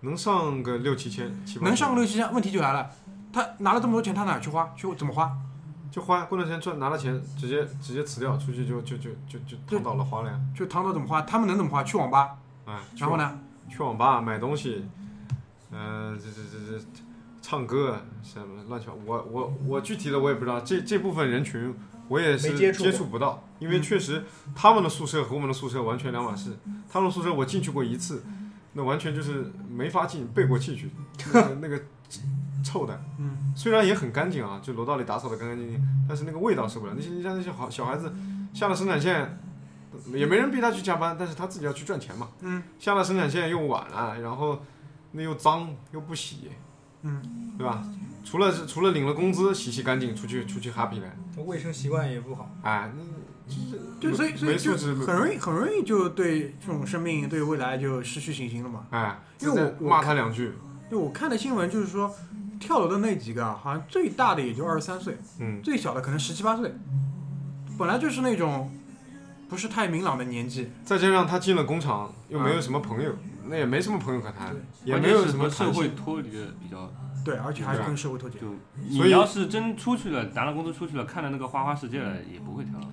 能上个六七千，七八千能上个六七千，问题就来了，他拿了这么多钱，他哪儿去花？去怎么花？就花，过段时间赚拿了钱，直接直接辞掉，出去就就就就就躺倒了花了呀。就唐导怎么花？他们能怎么花？去网吧，哎，去然后呢？去网吧买东西，嗯、这这这这唱歌什么乱七八，我我我具体的我也不知道，这这部分人群我也是没接触过嗯接触不到，因为确实他们的宿舍和我们的宿舍完全两码事，他们的宿舍我进去过一次，那完全就是没法进，背过气去，那个那个臭的，嗯，虽然也很干净啊，就楼道里打扫的干干净净，但是那个味道受不了。那些你像那些好小孩子下了生产线，也没人逼他去加班，但是他自己要去赚钱嘛，嗯，下了生产线又晚了，然后那又脏又不洗，嗯，对吧？除了除了领了工资洗洗干净，出去出去 happy 来，卫生习惯也不好。哎，那就所以所以没素就质，很容易很容易就对这种生命对未来就失去信心了嘛。哎，因为我再骂他两句，就我看的新闻就是说，跳楼的那几个啊好像最大的也就二十三岁，嗯，最小的可能十七八岁，本来就是那种不是太明朗的年纪，再加上他进了工厂又嗯没有什么朋友，那也没什么朋友可谈，也关没键有是什和么社谈会心，脱离的比较。对，而且还是跟社会脱节。就所以你要是真出去了，拿了工资出去了，看了那个花花世界了，也不会跳楼。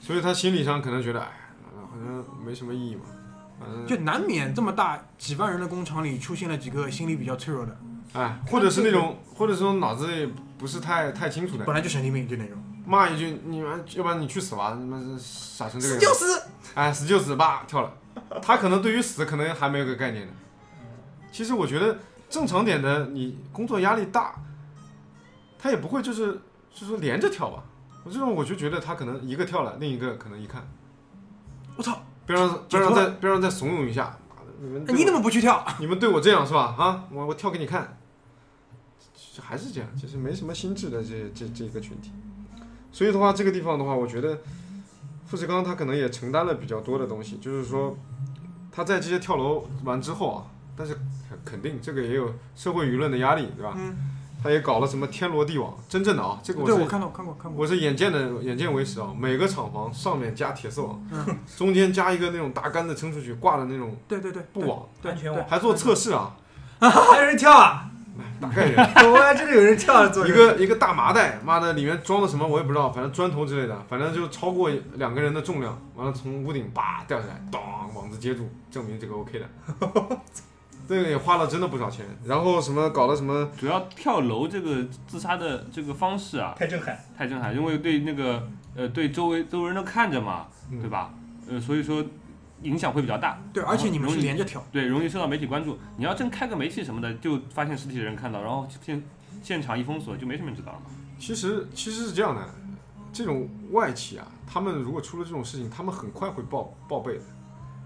所以他心理上可能觉得，哎，好像没什么意义嘛，反正就难免这么大几万人的工厂里出现了几个心理比较脆弱的，哎，或者是那种，或者是说脑子也不是太太清楚的本，来就神经病就那种，骂一句，你们要不然你去死吧，你们傻成这个死样就子，死，哎，死就死吧，跳了。他可能对于死可能还没有个概念呢。其实我觉得正常点的，你工作压力大，他也不会就是就是说连着跳吧。我这种我就觉得他可能一个跳了，另一个可能一看，我操，别让别解脱让了再别让再怂恿一下，妈的你们哎对你怎我么不去跳？你们对我这样是吧？啊，我我跳给你看，就还是这样，就是没什么心智的这这这个群体。所以的话，这个地方的话，我觉得富士康他可能也承担了比较多的东西，就是说他在这些跳楼完之后啊，但是肯肯定这个也有社会舆论的压力，对吧？嗯他也搞了什么天罗地网，真正的啊，这个我对是我看到看过看过，我是眼见的眼见为实啊，每个厂房上面加铁丝网，嗯中间加一个那种大杆子撑出去挂的那种对对对，布网，对安全网还做测试啊，还有人跳啊！大概人。 我看真的有人跳了，做一个一个大麻袋，妈的，里面装的什么我也不知道，反正砖头之类的，反正就超过两个人的重量，完了从屋顶叭掉下来，当网子接住，证明这个 OK 的。这个也花了真的不少钱，然后什么搞了什么，主要跳楼这个自杀的这个方式啊，太震撼。太震撼，因为对那个呃对周围周围人都看着嘛，嗯对吧？呃，所以说影响会比较大，对，而且哦你们是连着跳，对，容易受到媒体关注。你要真开个煤气什么的，就发现尸体的人看到，然后现现场一封锁，就没什么人知道了嘛。其实其实是这样的，这种外企啊，他们如果出了这种事情，他们很快会报报备的，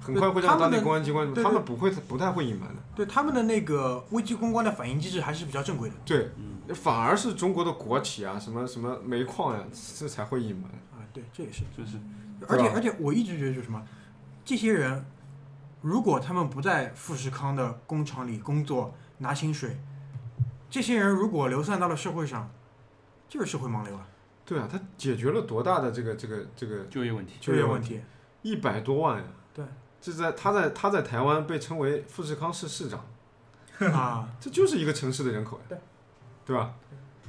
很快会让对他当们的地公安机关，对对他们不会不太会隐瞒的。对他们的那个危机公关的反应机制还是比较正规的。对，嗯反而是中国的国企啊，什么什么煤矿呀、这才会隐瞒。啊，对，这也是。就是而且对吧啊而且，我一直觉得就是什么，这些人如果他们不在富士康的工厂里工作拿薪水，这些人如果流散到了社会上，就是社会盲流啊，对啊，他解决了多大的这个这个这个就业问题。就就业业问问题。一百多万呀、对，这在他在他在台湾被称为富士康市市长， 啊，这就是一个城市的人口呀，对对吧？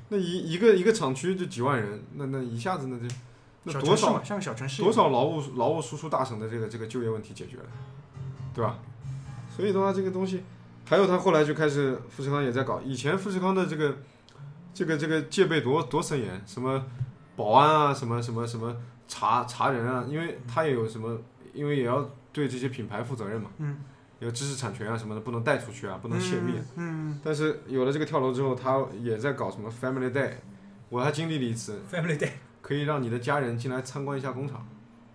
那一一个一个厂区就几万人，那那一下子那就那小多城市少嘛，像个小城市一多样，少劳务劳务输出大省的这个这个就业问题解决了，对吧？所以的话，这个东西，还有他后来就开始富士康也在搞，以前富士康的这个这个这个戒备多多森严，什么保安啊，什么什么什么查查人啊，因为他也有什么，因为也要对这些品牌负责任嘛，嗯，有知识产权啊什么的不能带出去啊，不能泄密啊、嗯，但是有了这个跳楼之后，他也在搞什么 Family Day，我还经历了一次， Family Day，可以让你的家人进来参观一下工厂，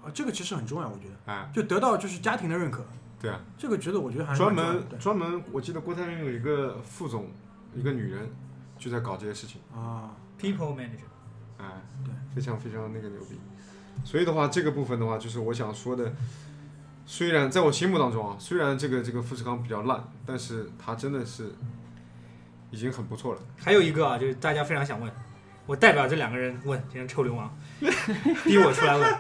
嗯，啊，这个其实很重要，我觉得，哎，就得到就是家庭的认可，对啊。这个觉得我觉得还是专蛮重要的门专门，我记得郭台铭有一个副总，一个女人就在搞这些事情，对啊， People Manager，哎，对，非常非常那个牛逼。所以的话，这个部分的话，就是我想说的，虽然在我心目当中啊，虽然这个这个富士康比较烂，但是它真的是已经很不错了。还有一个啊，就是大家非常想问，我代表这两个人问，这些臭流氓， 逼我出来问，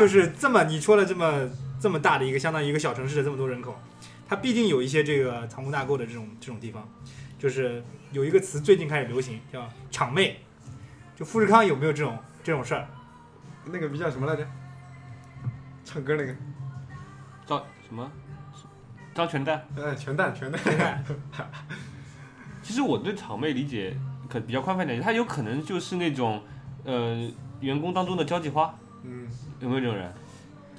就是这么你说了这么这么大的一个相当于一个小城市的这么多人口，它必定有一些这个藏污纳垢的这种这种地方，就是有一个词最近开始流行叫“厂妹”，就富士康有没有这种这种事儿？那个比较什么来着？唱歌那个，张什么？张全蛋。哎，全蛋全蛋，其实我对厂妹理解可比较宽泛一点，她有可能就是那种呃员工当中的交际花，嗯，有没有这种人？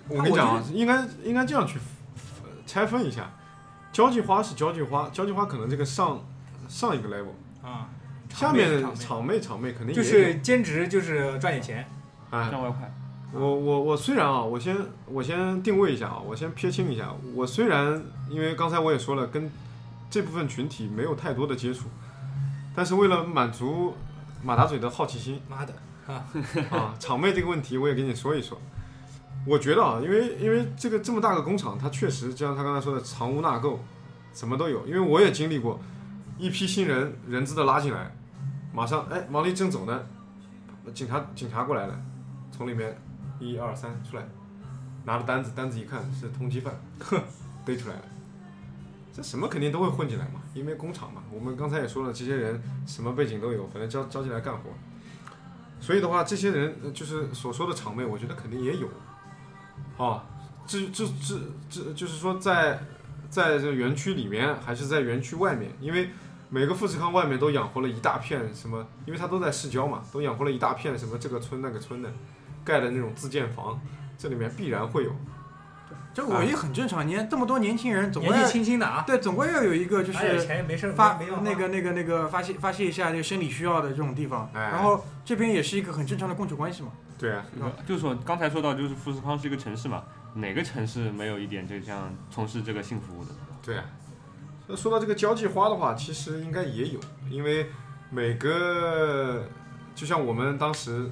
我跟你讲啊，应该应该这样去呃拆分一下，交际花是交际花，交际花可能这个上上一个 level。啊，下面厂妹场妹场妹肯定就也有是兼职，就是赚点钱。哎，赚外快。我我我虽然啊，我先我先定位一下啊，我先撇清一下，我虽然因为刚才我也说了，跟这部分群体没有太多的接触，但是为了满足马大嘴的好奇心妈的， 啊，场妹这个问题我也给你说一说。我觉得啊，因为因为这个这么大个工厂，它确实就像他刚才说的，藏污纳垢，什么都有。因为我也经历过一批新人人资的拉进来，马上哎往里正走呢，警察警察过来了，从里面一二三出来，拿着单子，单子一看是通缉犯，呵，逮出来了。这什么肯定都会混进来嘛，因为工厂嘛。我们刚才也说了，这些人什么背景都有，反正招招进来干活。所以的话，这些人呃就是所说的场妹，我觉得肯定也有。啊，至至至至，就是说在在这园区里面，还是在园区外面，因为每个富士康外面都养活了一大片什么，因为它都在市郊嘛，都养活了一大片什么这个村那个村的，盖的那种自建房，这里面必然会有。这我也很正常。你看这么多年轻人，总年归纪轻轻的啊，对，总归要有一个就拿点是钱也没事儿发没没用啊那个那个那个发泄发泄一下这个生理需要的这种地方，哎然后这边也是一个很正常的供求关系嘛。对啊，对吧就是说刚才说到，就是富士康是一个城市嘛，哪个城市没有一点这项从事这个性服务的？对啊。那说到这个交际花的话，其实应该也有，因为每个就像我们当时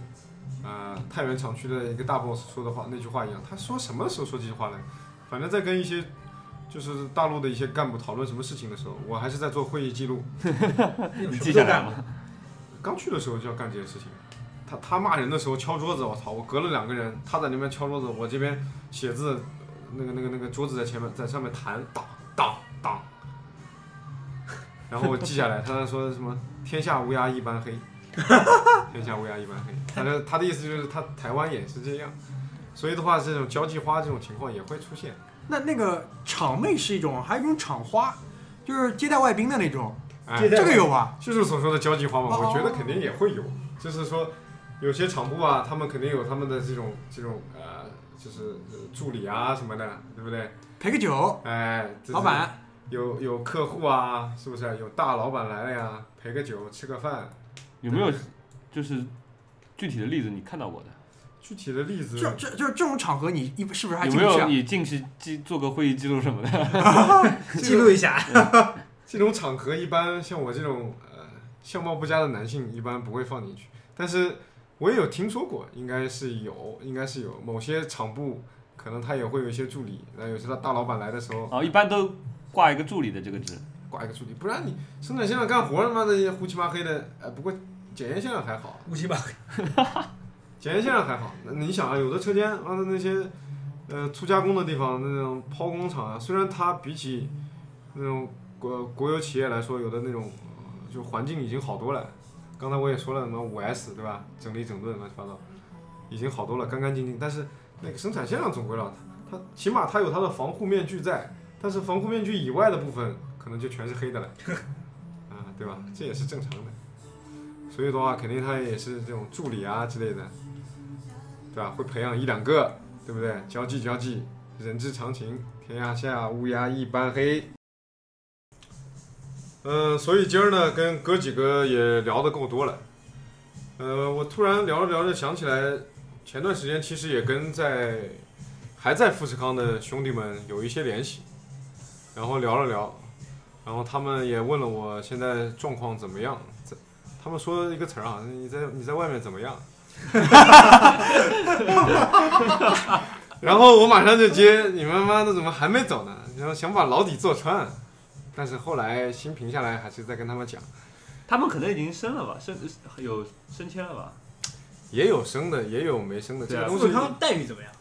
呃太原厂区的一个大 boss 说的话那句话一样，他说什么时候说这句话呢？反正在跟一些就是大陆的一些干部讨论什么事情的时候，我还是在做会议记录。你你记下来吗？刚去的时候就要干这些事情。他他骂人的时候敲桌子，我操！我隔了两个人，他在那边敲桌子，我这边写字，那个那个那个桌子在前面，在上面弹，当当当。然后我记下来，他说什么“天下乌鸦一般黑”，天下乌鸦一般黑。反正他的意思就是他台湾也是这样，所以的话，这种交际花这种情况也会出现。那那个场妹是一种，还有一种场花，就是接待外宾的那种，哎，接待这个有吧？就是所说的交际花嘛，哦我觉得肯定也会有，就是说有些厂部啊，他们肯定有他们的这种这种呃，就是、呃助理啊什么的，对不对？陪个酒，哎，这是老板啊有有客户啊，是不是？有大老板来了呀，陪个酒，吃个饭。有没有就是具体的例子你看到过的？具体的例子这这就这种场合，你一是不是还有进没不去有啊？你进去记做个会议记录什么的？ 记录一下。这种场合一般像我这种呃相貌不佳的男性一般不会放进去。但是我也有听说过，应该是有，应该是有某些厂部可能他也会有一些助理，那有些他大老板来的时候哦，一般都挂一个助理的这个职，挂一个助理，不然你生产线上干活他妈的胡七八黑的，哎，不过检验线上还好，乌七八，检验线上还好。那你想啊，有的车间，完、了那些呃粗加工的地方，那种抛工厂啊，虽然它比起那种国国有企业来说，有的那种、呃就环境已经好多了。刚才我也说了，什么五 S 对吧？整理整顿乱七八糟，已经好多了，干干净净。但是那个生产线上总归让它，它起码它有它的防护面具在，但是防护面具以外的部分，可能就全是黑的了，啊，对吧？这也是正常的。所以的话，肯定他也是这种助理啊之类的，对吧？会培养一两个，对不对？交际交际，人之常情，天下下乌鸦一般黑。嗯、所以今儿呢，跟哥几个也聊得够多了。呃，我突然聊着聊着想起来，前段时间其实也跟在还在富士康的兄弟们有一些联系，然后聊了聊，然后他们也问了我现在状况怎么样，在他们说一个词儿啊，你在你在外面怎么样？然后我马上就接，你们妈的怎么还没走呢？然后想把牢底坐穿，啊但是后来心平下来，还是在跟他们讲，他们可能已经升了吧，升有升迁了吧？也有升的，也有没升的，这对个啊东富士西康待遇怎么样？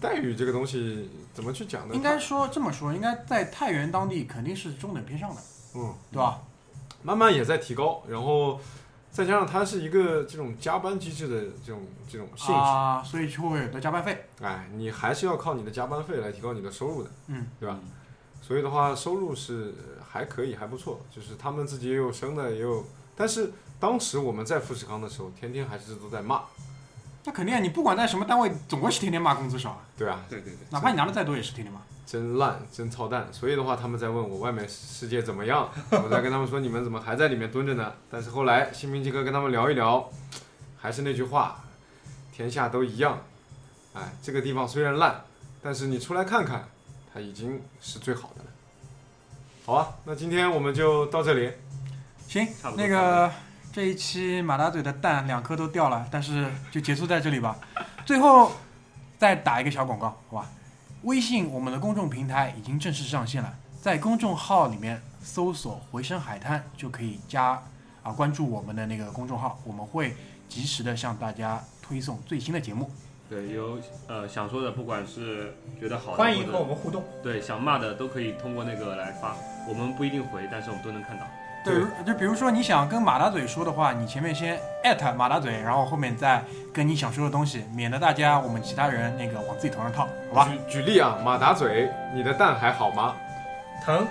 待遇这个东西怎么去讲呢？应该说这么说，应该在太原当地肯定是中等偏上的，嗯，对吧？慢慢也在提高，然后再加上它是一个这种加班机制的这种这种嗯性质，啊、所以就会有的加班费。哎，你还是要靠你的加班费来提高你的收入的，嗯，对吧？所以的话，收入是还可以，还不错。就是他们自己也有升的，也有。但是当时我们在富士康的时候，天天还是都在骂，那肯定啊，你不管在什么单位，总归是天天骂工资少啊，对啊，对对对，哪怕你拿的再多，也是天天骂。真烂，真操蛋。所以的话，他们在问我外面世界怎么样，我在跟他们说你们怎么还在里面蹲着呢？但是后来新平杰哥跟他们聊一聊，还是那句话，天下都一样。哎，这个地方虽然烂，但是你出来看看，它已经是最好的了。好啊，那今天我们就到这里。行差不，多那个这一期马大嘴的蛋两颗都掉了，但是就结束在这里吧。 最后再打一个小广告，好吧？微信我们的公众平台已经正式上线了，在公众号里面搜索“回声海滩”就可以加啊关注我们的那个公众号，我们会及时的向大家推送最新的节目。对有呃想说的，不管是觉得好的欢迎或和者我们互动。对想骂的都可以通过那个来发，我们不一定回，但是我们都能看到。对，就比如说你想跟马大嘴说的话，你前面先艾特马大嘴，然后后面再跟你想说的东西，免得大家我们其他人那个往自己头上套，好吧？举举例啊，马达嘴，你的蛋还好吗？疼，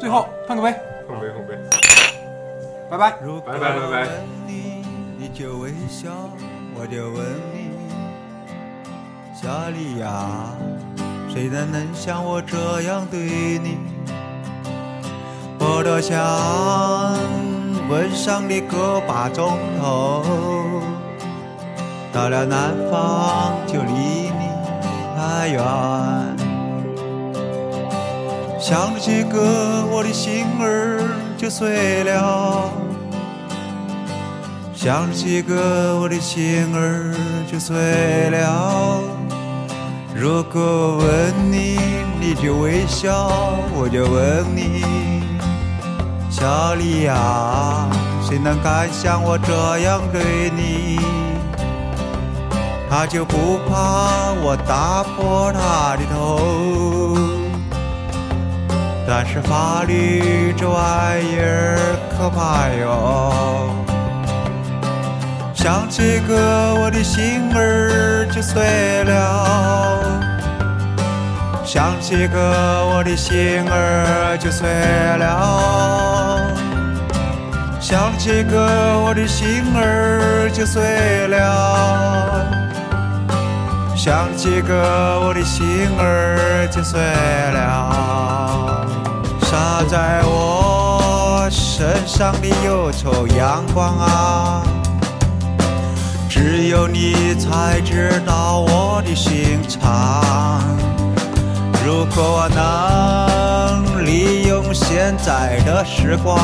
最后碰个杯，碰杯碰杯，拜拜。如果拜拜拜拜我吻你，你就微笑，我就吻你。夏利亚，谁的能像我这样对你？我多想吻上你个把钟头，到了南方就离你太远。想着这个，我的心儿就碎了；想着这个，我的心儿就碎了。如果我吻你，你就微笑，我就吻你。小丽呀，谁能敢像我这样对你？他就不怕我打破他的头。但是法律这玩意儿可怕哟。想这个我的心儿就碎了，想这个我的心儿就碎了，想这个我的心儿就碎了。想起个我的心儿就碎了，洒在我身上的忧愁阳光啊，只有你才知道我的心肠。如果我能利用用现在的时光，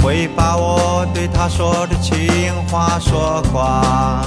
会把我对他说的情话说光。